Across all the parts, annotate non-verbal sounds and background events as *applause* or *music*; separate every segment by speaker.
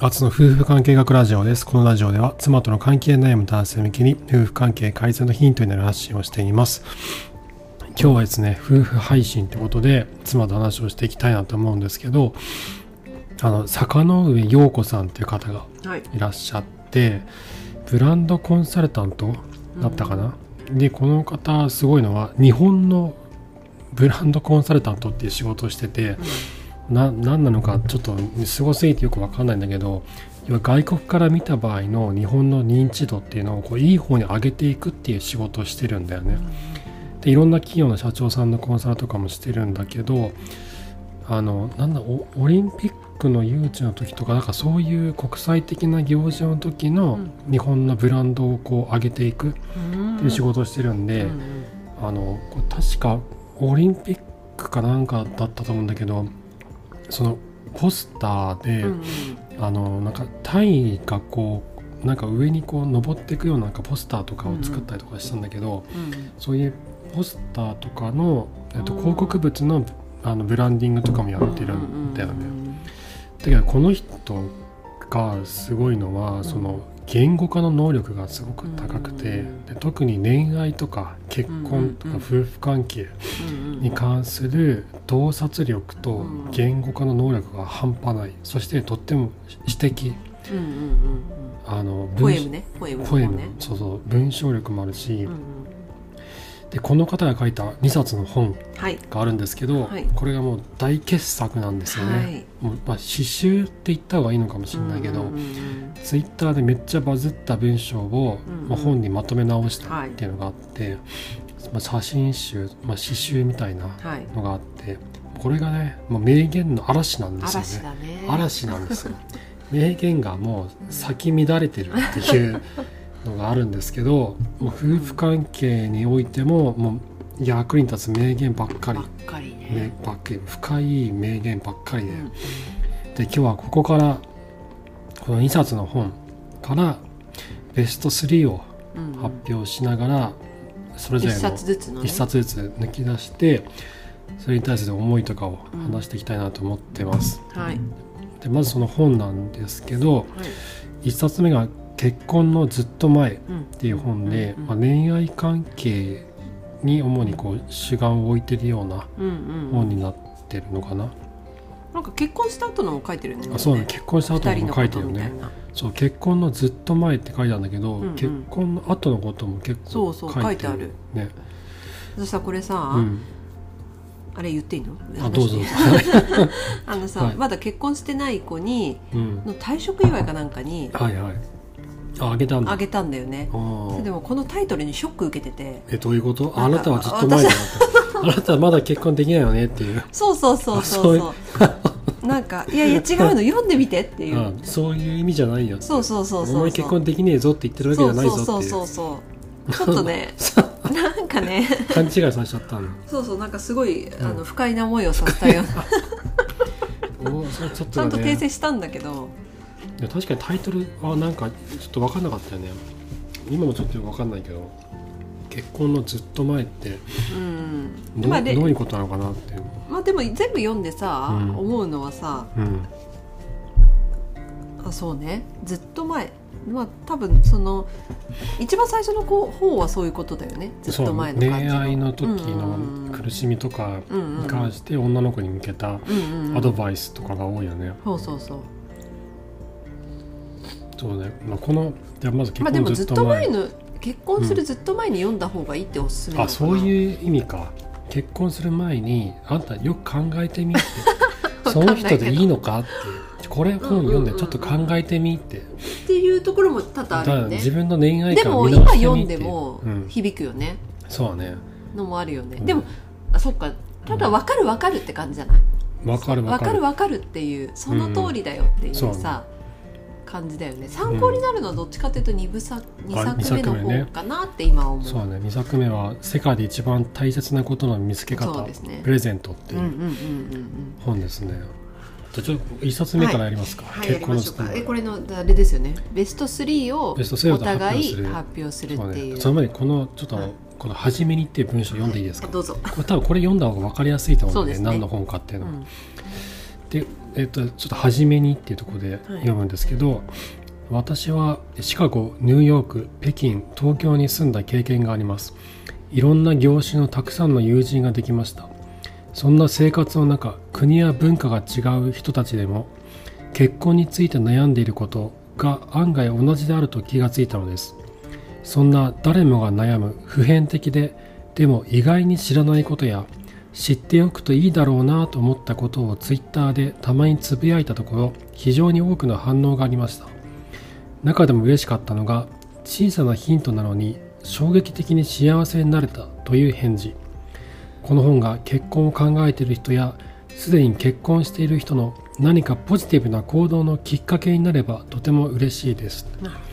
Speaker 1: アツの夫婦関係学ラジオです。このラジオでは妻との関係悩む男性向けに夫婦関係改善のヒントになる発信をしています。今日はですね、夫婦配信ってことで妻と話をしていきたいなと思うんですけど、あの、坂上陽子さんっていう方が
Speaker 2: はい。
Speaker 1: いらっしゃってブランドコンサルタントだったかな、でこの方すごいのは日本のブランドコンサルタントっていう仕事をしてて、な何なのかちょっとすごすぎてよくわかんないんだけど要は外国から見た場合の日本の認知度っていうのをこういい方に上げていくっていう仕事をしてるんだよね。でいろんな企業の社長さんのコンサルとかもしてるんだけどあのなんだおオリンピックの誘致の時とかなんかそういう国際的な行事の時の日本のブランドをこう上げていくって
Speaker 2: うん
Speaker 1: いう仕事をしてるんで、あのこれ確かオリンピックかなんかだったと思うんだけどそのポスターで、
Speaker 2: うん
Speaker 1: あのなんかタイがこうなんか上にこう登っていくようななんかポスターとかを作ったりとかしたんだけど、
Speaker 2: うん
Speaker 1: そういうポスターとかの、えっと、広告物のあのブランディングとかもやってるんだよね。。だけどこの人がすごいのはその言語化の能力がすごく高くて
Speaker 2: うん
Speaker 1: で特に恋愛とか結婚とか
Speaker 2: うんうん
Speaker 1: 夫婦関係
Speaker 2: うん
Speaker 1: に関する洞察力と
Speaker 2: うん
Speaker 1: 言語化の能力が半端ないそしてとっても詩的
Speaker 2: うんうんうん
Speaker 1: あの
Speaker 2: うん。ポエ
Speaker 1: 章
Speaker 2: ムね。ポエムの方
Speaker 1: ポエム
Speaker 2: ね。
Speaker 1: そうそう文章力もあるし
Speaker 2: うんうん
Speaker 1: でこの方が書いた2冊の本
Speaker 2: はい。
Speaker 1: があるんですけど、
Speaker 2: はい
Speaker 1: これがもう大傑作なんですよね、
Speaker 2: はい
Speaker 1: もうまあ、詩集って言った方がいいのかもしれないけど、
Speaker 2: うんうんうん
Speaker 1: ツイッターでめっちゃバズった文章を、
Speaker 2: うんうん
Speaker 1: まあ、本にまとめ直したっていうのがあって、まあ、写真集、まあ、詩集みたいな
Speaker 2: はい。
Speaker 1: のがあってこれがねもう名言の嵐なんですよ
Speaker 2: 嵐
Speaker 1: ね
Speaker 2: だね。
Speaker 1: 嵐なんですよ名言がもう咲き乱れてるっていうのがあるんですけ
Speaker 2: *laughs*
Speaker 1: どもう夫婦関係においてももう役に立つ名言ばっかり
Speaker 2: ばっかり
Speaker 1: ね
Speaker 2: ね。、
Speaker 1: ばっかり深い名言ばっかりで,、
Speaker 2: うん
Speaker 1: で今日はここからこの2冊の本からベスト3を
Speaker 2: うんうん
Speaker 1: 発表しながら、それぞ
Speaker 2: 一
Speaker 1: れの
Speaker 2: 冊ずつのね。
Speaker 1: 1冊ずつ抜き出してそれに対する思いとかを話していきたいなと思ってます。
Speaker 2: はい。
Speaker 1: でまずその本なんですけど
Speaker 2: はい。
Speaker 1: 1冊目が「結婚のずっと前」っ
Speaker 2: うん
Speaker 1: ていう本で、
Speaker 2: うんうん
Speaker 1: まあ、恋愛関係に主にこう主眼を置いてるような
Speaker 2: うんう
Speaker 1: 本
Speaker 2: ん。
Speaker 1: になってるのかな。
Speaker 2: なんか結婚した後のも書いてるね。
Speaker 1: あそうね
Speaker 2: なんかね
Speaker 1: 結婚した後のも書いてるよ
Speaker 2: 二人
Speaker 1: ね
Speaker 2: のことみたいな
Speaker 1: そう結婚のずっと前って書いてあるんだけど、
Speaker 2: うんうん
Speaker 1: 結婚の後のことも結構
Speaker 2: そうそう書いてある
Speaker 1: ね
Speaker 2: そしたらこれさ、
Speaker 1: うん
Speaker 2: あれ言っていいの
Speaker 1: あどうぞ
Speaker 2: あのさ、
Speaker 1: はい
Speaker 2: まだ結婚してない子に
Speaker 1: *laughs* うん
Speaker 2: の退職祝いかなんかに
Speaker 1: はいはいああげたんだ
Speaker 2: あげたんだよね
Speaker 1: あー
Speaker 2: でもこのタイトルにショック受けてて
Speaker 1: えどういうことああ
Speaker 2: な
Speaker 1: なんた
Speaker 2: か
Speaker 1: はずっと前だよってあなたはまだ結婚できないよねっていう、
Speaker 2: そうそうそうそうそう *laughs* なんかいやいや違うの読んでみてっていう、
Speaker 1: うん、そういう意味じゃないよ
Speaker 2: そうそうそうそう
Speaker 1: お前結婚できねえぞって言ってるわけじ
Speaker 2: そ
Speaker 1: ゃ
Speaker 2: う
Speaker 1: ないぞっていう
Speaker 2: そうそうそうそうちょっ
Speaker 1: *laughs*
Speaker 2: とねなんかね
Speaker 1: 勘違いさせちゃったの
Speaker 2: そうそうなんかすごいあ
Speaker 1: うん
Speaker 2: の不快な思いをさせ
Speaker 1: *laughs*
Speaker 2: たような
Speaker 1: おそれちょっ
Speaker 2: ちゃ
Speaker 1: と
Speaker 2: んと
Speaker 1: だ
Speaker 2: 訂
Speaker 1: ね
Speaker 2: 正したんだけど
Speaker 1: いや確かにタイトルはなんかちょっと分かんなかったよね今もちょっとよく分かんないけど結婚のずっと前って
Speaker 2: うん
Speaker 1: ど,、
Speaker 2: まあ
Speaker 1: ど
Speaker 2: で
Speaker 1: ういうことなのかなっていう、
Speaker 2: まあでも全部読んでさ、
Speaker 1: うん
Speaker 2: 思うのはさ
Speaker 1: うん
Speaker 2: あそうねずっと前まあ多分その一番最初のこう方はそういうことだよねずっと前の
Speaker 1: そう
Speaker 2: 感じ
Speaker 1: 恋愛の時
Speaker 2: うんうん
Speaker 1: の苦しみとか
Speaker 2: うんうんうん
Speaker 1: に関して女の子に向けた
Speaker 2: うんうんうん
Speaker 1: アドバイスとかが多いよね、
Speaker 2: そうそうそう
Speaker 1: そうね、まあ、このじゃあまず結
Speaker 2: まあでも
Speaker 1: 婚
Speaker 2: ず
Speaker 1: ず
Speaker 2: っ
Speaker 1: っ
Speaker 2: と
Speaker 1: と前,、
Speaker 2: 前の結婚するずっと前に読んだ方がいいっておすすめなの
Speaker 1: あ
Speaker 2: かな
Speaker 1: そういう意味か結婚する前にあんたよく考えてみって
Speaker 2: *laughs*
Speaker 1: その人でいいのかっていうこれ本読んでちょっと考えてみって、
Speaker 2: っていうところも多々ある
Speaker 1: だか
Speaker 2: よ
Speaker 1: ら
Speaker 2: ね
Speaker 1: 自分の恋愛
Speaker 2: で
Speaker 1: 観を
Speaker 2: も
Speaker 1: 見
Speaker 2: 今
Speaker 1: 直してみ
Speaker 2: 読んで
Speaker 1: っていう
Speaker 2: も
Speaker 1: うん、
Speaker 2: 響くよね、
Speaker 1: そうだね
Speaker 2: のもあるよね、
Speaker 1: うん
Speaker 2: でもあそっかただ分かる分かるって感じじゃない
Speaker 1: わかるわか
Speaker 2: 分か
Speaker 1: る
Speaker 2: る分かるっていうその通りだよっていう
Speaker 1: そう
Speaker 2: さ、感じだよね参考になるのはどっちかというと2部作二
Speaker 1: あ二
Speaker 2: 作目
Speaker 1: 作目ね
Speaker 2: の方かなって今思う
Speaker 1: そうね2作目は「世界で一番大切なことの見つけ
Speaker 2: そ
Speaker 1: 方、
Speaker 2: うですね
Speaker 1: プレゼント」ってい
Speaker 2: うんうん
Speaker 1: う
Speaker 2: うんうん
Speaker 1: 本ですね、じゃあちょっと1冊目からやりますか、
Speaker 2: うんはいやりましょ
Speaker 1: 結
Speaker 2: う
Speaker 1: 婚
Speaker 2: か
Speaker 1: の
Speaker 2: え
Speaker 1: 質
Speaker 2: こ
Speaker 1: 問
Speaker 2: れのあれですよねベスト3を
Speaker 1: ベスト3を
Speaker 2: お互い
Speaker 1: 発表する
Speaker 2: 発表する
Speaker 1: そう
Speaker 2: ってい
Speaker 1: ね
Speaker 2: う
Speaker 1: その前にこのちょっと、
Speaker 2: はい
Speaker 1: この「初めに」っていう文章読んでいいですか、
Speaker 2: どうぞ、
Speaker 1: これ多分これ読んだ方が分かりやすいと思うん
Speaker 2: そうで
Speaker 1: です
Speaker 2: ね
Speaker 1: 何の本かっていう
Speaker 2: う
Speaker 1: のは、
Speaker 2: ん
Speaker 1: でえっと、ちょっと初めにっていうところで読むんですけど、私はシカゴニューヨーク北京東京に住んだ経験がありますいろんな業種のたくさんの友人ができましたそんな生活の中国や文化が違う人たちでも結婚について悩んでいることが案外同じであると気がついたのですそんな誰もが悩む普遍的ででも意外に知らないことや知っておくといいだろうなと思ったことをツイッターでたまにつぶやいたところ非常に多くの反応がありました中でも嬉しかったのが小さなヒントなのに衝撃的に幸せになれたという返事この本が結婚を考えている人やすでに結婚している人の何かポジティブな行動のきっかけになればとても嬉しいです
Speaker 2: なるほど
Speaker 1: っ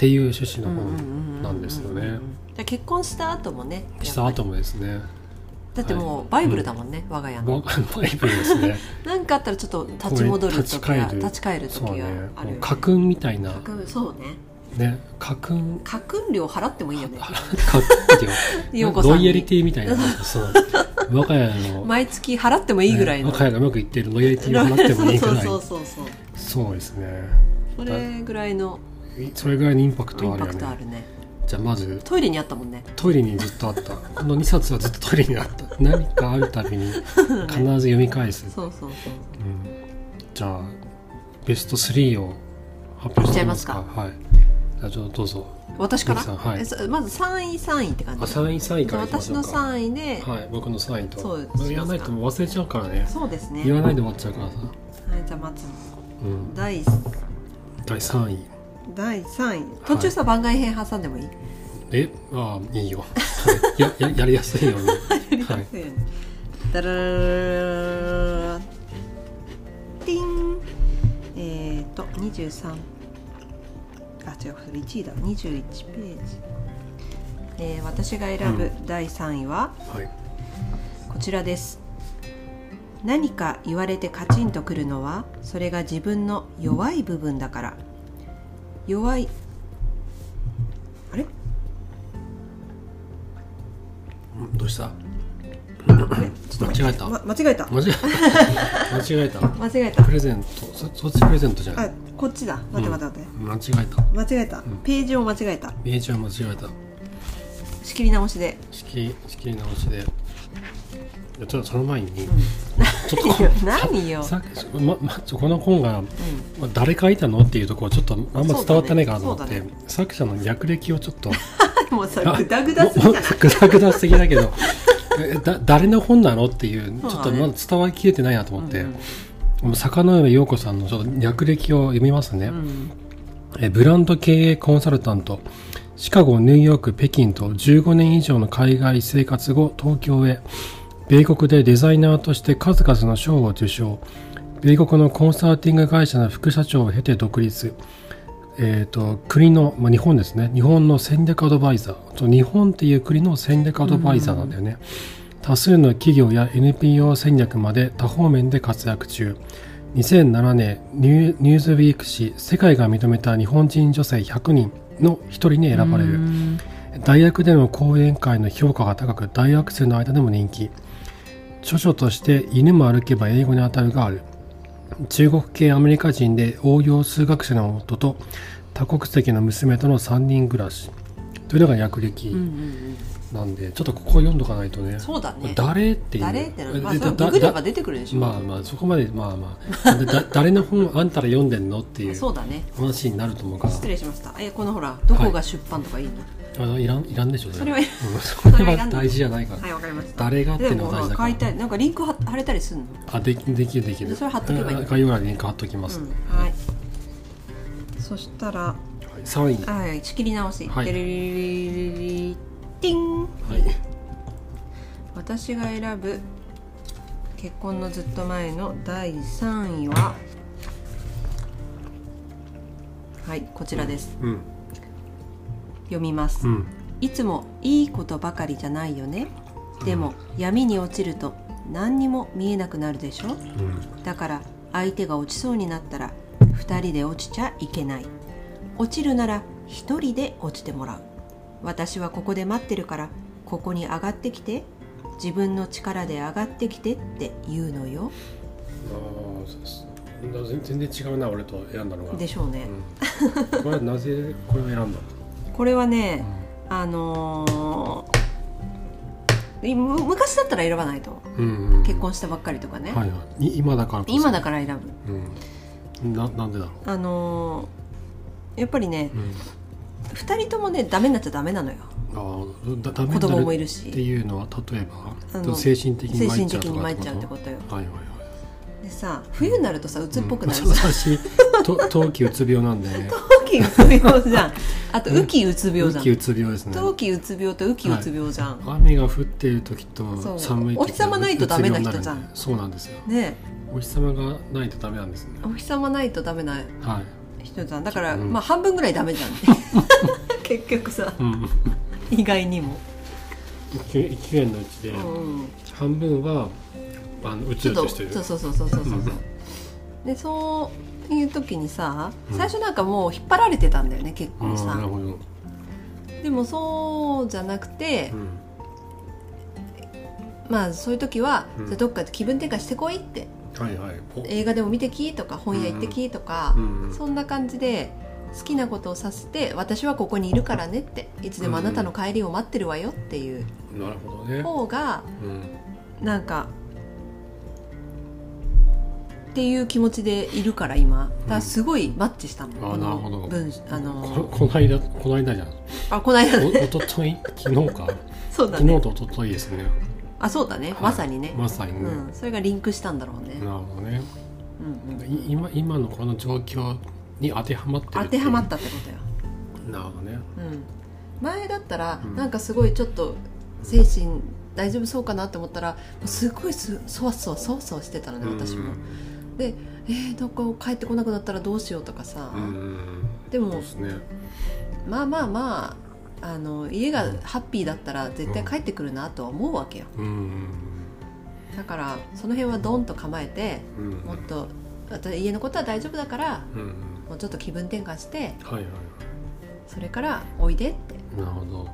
Speaker 1: ていう趣旨の本なんですよね
Speaker 2: じゃあ結婚した後もね
Speaker 1: した後
Speaker 2: も
Speaker 1: もですね
Speaker 2: だってもうバイブルだもんね、我が家
Speaker 1: バ
Speaker 2: の
Speaker 1: バイブルですね
Speaker 2: なんかあったらちょっと立ち戻るとか
Speaker 1: これ立ち返る
Speaker 2: 立ち返る
Speaker 1: そう
Speaker 2: 時
Speaker 1: ね
Speaker 2: がある
Speaker 1: も
Speaker 2: よ
Speaker 1: う
Speaker 2: ね
Speaker 1: 家訓みたいな
Speaker 2: 家訓そうね
Speaker 1: ね家訓
Speaker 2: 家訓料払ってもいいよね
Speaker 1: かってよ
Speaker 2: 陽子さ
Speaker 1: ロ
Speaker 2: ん
Speaker 1: イヤリテ
Speaker 2: に
Speaker 1: ィみたいなそう我が家
Speaker 2: *laughs*
Speaker 1: の
Speaker 2: 毎月払ってもいいぐらいの、
Speaker 1: ね我が家がうまくいってるロイヤリティを払ってもいいぐらい
Speaker 2: そうそうそうそう
Speaker 1: そうですね
Speaker 2: それぐらいの
Speaker 1: それぐらいのインパク
Speaker 2: イ
Speaker 1: ト
Speaker 2: ン
Speaker 1: ある
Speaker 2: パ
Speaker 1: よ
Speaker 2: クトあ
Speaker 1: ね
Speaker 2: るね
Speaker 1: じゃあまず
Speaker 2: トイレにあったもんね
Speaker 1: トイレにずっとあったこの2冊はずっとトイレにあ
Speaker 2: *laughs*
Speaker 1: った何かあるたびに必ず読み返す、
Speaker 2: そうそうそ
Speaker 1: う
Speaker 2: う
Speaker 1: ん、じゃあベスト3を発表してみますか
Speaker 2: しちゃい
Speaker 1: はいじゃあちょっとどうぞ
Speaker 2: 私から
Speaker 1: ゆきさんはい
Speaker 2: えそまず3位3位って感
Speaker 1: あ
Speaker 2: じ
Speaker 1: 3位3位からいきま
Speaker 2: 私
Speaker 1: しょ
Speaker 2: の
Speaker 1: うか
Speaker 2: 3位で、
Speaker 1: はい僕の3位と
Speaker 2: そう
Speaker 1: これ言わないともう忘れちゃうからね
Speaker 2: そうですね
Speaker 1: 言わ
Speaker 2: はい
Speaker 1: ないで終わっちゃうからさ、
Speaker 2: じゃあ松
Speaker 1: うん、
Speaker 2: 第
Speaker 1: 第3位
Speaker 2: 第3位途中さ、番外編挟んでもいい
Speaker 1: えああいいよはいや *laughs* ややりやすいようにはい
Speaker 2: そうよねだらららららティンえっ、ー、と23あ違うそれ1位だ21ページ、えー私が選ぶ第3位は
Speaker 1: はい
Speaker 2: こちらです何か言われてカチンとくるのはそれが自分の弱い部分だから弱いあれ
Speaker 1: うんどうした
Speaker 2: あれちょっと待って
Speaker 1: 間違えた
Speaker 2: ま間違えた
Speaker 1: 間違え *laughs* た間違えた
Speaker 2: 間違えた
Speaker 1: プレゼントそそっちプレゼントじゃな
Speaker 2: あ
Speaker 1: い
Speaker 2: こっちだ待って待って待って、
Speaker 1: 間違えた
Speaker 2: 間違えた、ページを間違えた
Speaker 1: みえちゃん間違えた
Speaker 2: 仕切り直しで
Speaker 1: 仕切り仕切り直しでいやちょっとその前に、ちょっと
Speaker 2: 何
Speaker 1: こ
Speaker 2: よ何よ、
Speaker 1: さっきままちょこの本がま誰書いたのっていうところちょっとあんま伝わってないかなと思って、
Speaker 2: そうだね
Speaker 1: 作者の略歴をちょっと
Speaker 2: うん、もうさ
Speaker 1: あ
Speaker 2: グダグダすぎじゃ
Speaker 1: も
Speaker 2: ない
Speaker 1: もグダグダすぎだけどえだ誰の本なのっていうちょ
Speaker 2: そう
Speaker 1: っ
Speaker 2: だ
Speaker 1: と
Speaker 2: ね
Speaker 1: まだ伝わりきれてないなと思って、
Speaker 2: うん
Speaker 1: もう坂上陽子さんのちょっと略歴を読みますね、
Speaker 2: うん
Speaker 1: えブランド経営コンサルタントシカゴニューヨーク北京と15年以上の海外生活後東京へ米国でデザイナーとして数々の賞を受賞米国のコンサルティング会社の副社長を経て独立えー、と国の、まあ、日本ですね日本の戦略アドバイザーと日本っていう国の戦略アドバイザーなんだよね、多数の企業や NPO 戦略まで多方面で活躍中2007年ニューニューズウィーク誌「世界が認めた日本人女性100人」の一人に選ばれる大学での講演会の評価が高く大学生の間でも人気著書として「犬も歩けば英語に当たる」がある中国系アメリカ人で応用数学者の夫と多国籍の娘との3人暮らしというのが略歴
Speaker 2: うんうんうん
Speaker 1: なんで、ちょっとここ読んどかないとね
Speaker 2: そうだね
Speaker 1: 誰っていう
Speaker 2: 誰ってなまあ
Speaker 1: え
Speaker 2: それ
Speaker 1: だ
Speaker 2: はググれば
Speaker 1: だ
Speaker 2: 出てくるでしょ、
Speaker 1: まあまあそこまでまあまあでだ誰の本あんたら読んでんのっていう
Speaker 2: そうだね
Speaker 1: 話になると思うから
Speaker 2: 失礼しましたえこのほらどこが出版とかいいの
Speaker 1: あのいらんいらんでしょうね
Speaker 2: それは
Speaker 1: うんそ
Speaker 2: それ
Speaker 1: れ
Speaker 2: はい
Speaker 1: は
Speaker 2: らん
Speaker 1: 大事じゃないから、
Speaker 2: はいわかりました
Speaker 1: 誰がってい
Speaker 2: で
Speaker 1: うの
Speaker 2: も
Speaker 1: が大事だか
Speaker 2: 買い
Speaker 1: ら
Speaker 2: たいなんかリンク貼貼れたりするの、
Speaker 1: あできできるできる
Speaker 2: それ貼っとけばいい
Speaker 1: あ概要欄に貼っときます、
Speaker 2: うん、はいそしたら
Speaker 1: はい、3位
Speaker 2: はい仕切り直し、
Speaker 1: はい
Speaker 2: テレリリリリリティン
Speaker 1: はい
Speaker 2: 私が選ぶ結婚のずっと前の第3位ははいこちらです
Speaker 1: うん
Speaker 2: 読みます
Speaker 1: うん
Speaker 2: いつもいいことばかりじゃないよねでも闇に落ちると何にも見えなくなるでしょ
Speaker 1: うん
Speaker 2: だから相手が落ちそうになったら2人で落ちちゃいけない落ちるなら1人で落ちてもらう私はここで待ってるからここに上がってきて自分の力で上がってきてって言うのよ
Speaker 1: ああそうですだ全然違うな俺と選んだのが
Speaker 2: でしょうね、
Speaker 1: うん、これはなぜこれを選んだの、
Speaker 2: これはねあのーいむ昔だったら選ばないと
Speaker 1: うんうんうん
Speaker 2: 結婚したばっかりとかね、
Speaker 1: はいはいい今だからこそ
Speaker 2: 今だから選ぶ
Speaker 1: うん、ななんでだろ
Speaker 2: あのーやっぱりね
Speaker 1: う、うん、
Speaker 2: 2人ともねダメになっちゃダメなのよ
Speaker 1: ああだダメ
Speaker 2: 子
Speaker 1: にな
Speaker 2: 供もい
Speaker 1: る
Speaker 2: る
Speaker 1: って
Speaker 2: し
Speaker 1: いうのは例えば
Speaker 2: あの
Speaker 1: 精神的に
Speaker 2: 精
Speaker 1: 参
Speaker 2: 神
Speaker 1: っちゃう
Speaker 2: 的
Speaker 1: と
Speaker 2: に
Speaker 1: か
Speaker 2: 参
Speaker 1: っ
Speaker 2: ってちゃうって
Speaker 1: こ
Speaker 2: ことよ
Speaker 1: とはいはいはい
Speaker 2: でさ冬になるとさうつっぽくなる
Speaker 1: うん
Speaker 2: じゃ
Speaker 1: *laughs*
Speaker 2: ん
Speaker 1: 私と冬季うつ病なんでね
Speaker 2: 冬 *laughs* 季うつ病じゃ
Speaker 1: *laughs*
Speaker 2: んあと雨季うつ病
Speaker 1: 冬
Speaker 2: じゃ
Speaker 1: 季うんつ病ですね
Speaker 2: 冬季うつ病と雨季うつ病じゃん、
Speaker 1: 雨が降っている時
Speaker 2: そ
Speaker 1: と
Speaker 2: う
Speaker 1: 寒い時
Speaker 2: お日様ないとダメな人じゃん
Speaker 1: うつ病にるでそうなんですよ
Speaker 2: ね
Speaker 1: お日様がないとダメなんですね
Speaker 2: お日様ないとダメな
Speaker 1: はい、
Speaker 2: 人じゃんだから、
Speaker 1: うん
Speaker 2: まあ半分ぐらいダメじゃ
Speaker 1: *laughs*
Speaker 2: ん結局さ
Speaker 1: うん、
Speaker 2: 意外にも、
Speaker 1: 1年のうちで
Speaker 2: うんうん、
Speaker 1: 半分はあのう
Speaker 2: ち
Speaker 1: つ
Speaker 2: ょ
Speaker 1: う
Speaker 2: っと
Speaker 1: つしてる
Speaker 2: そうそうそうそうそうそう、
Speaker 1: うん
Speaker 2: でそういう時にさ
Speaker 1: うん
Speaker 2: 最初なんかもう引っ張られてたんだよね結
Speaker 1: うん
Speaker 2: 婚さ、
Speaker 1: なるほど、
Speaker 2: でもそうじゃなくて、
Speaker 1: うん
Speaker 2: まあそういう時は、
Speaker 1: うん
Speaker 2: じゃあどっかで気分転換してこいって
Speaker 1: はいはいお
Speaker 2: 映画でも見てきとか本屋行ってきとか、
Speaker 1: うん
Speaker 2: そんな感じで好きなことをさせて私はここにいるからねっていつでもあなたの帰りを待ってるわよっていう
Speaker 1: なるほどね、
Speaker 2: 方が
Speaker 1: うん
Speaker 2: なんかっていう気持ちでいるから今だからすごいマッチしたもん、
Speaker 1: あーなるほど
Speaker 2: 文
Speaker 1: こ *laughs*
Speaker 2: あの
Speaker 1: この間この間じゃん
Speaker 2: あこの間ね
Speaker 1: お *laughs* おととい昨日か
Speaker 2: そうだ
Speaker 1: 昨日
Speaker 2: ね
Speaker 1: とおとといですね
Speaker 2: あそうだね
Speaker 1: はい
Speaker 2: まさにね、
Speaker 1: まさにね、
Speaker 2: うん、それがリンクしたんだろうね、
Speaker 1: なるほどね
Speaker 2: うんうん、
Speaker 1: い今今のこの状況に当てはまってる
Speaker 2: 当
Speaker 1: って
Speaker 2: て
Speaker 1: いう
Speaker 2: はまったってことよ、
Speaker 1: なるほどね
Speaker 2: うん、前だったら
Speaker 1: うん
Speaker 2: なんかすごいちょっと精神大丈夫そうかなって思ったらもうすごいすそわそわそわそわしてたのね私も、えー、どこ帰ってこなくなったらどうしようとかさ、
Speaker 1: うんうん
Speaker 2: で
Speaker 1: そう
Speaker 2: も
Speaker 1: ですね
Speaker 2: まあまあまああの家がハッピーだったら絶対帰ってくるなとは思うわけよ
Speaker 1: うん
Speaker 2: だからその辺はドンと構えて
Speaker 1: うんうん
Speaker 2: もっと私家のことは大丈夫だから
Speaker 1: うんうん
Speaker 2: もうちょっと気分転換して
Speaker 1: はいはい
Speaker 2: それからおいでっ
Speaker 1: なるほど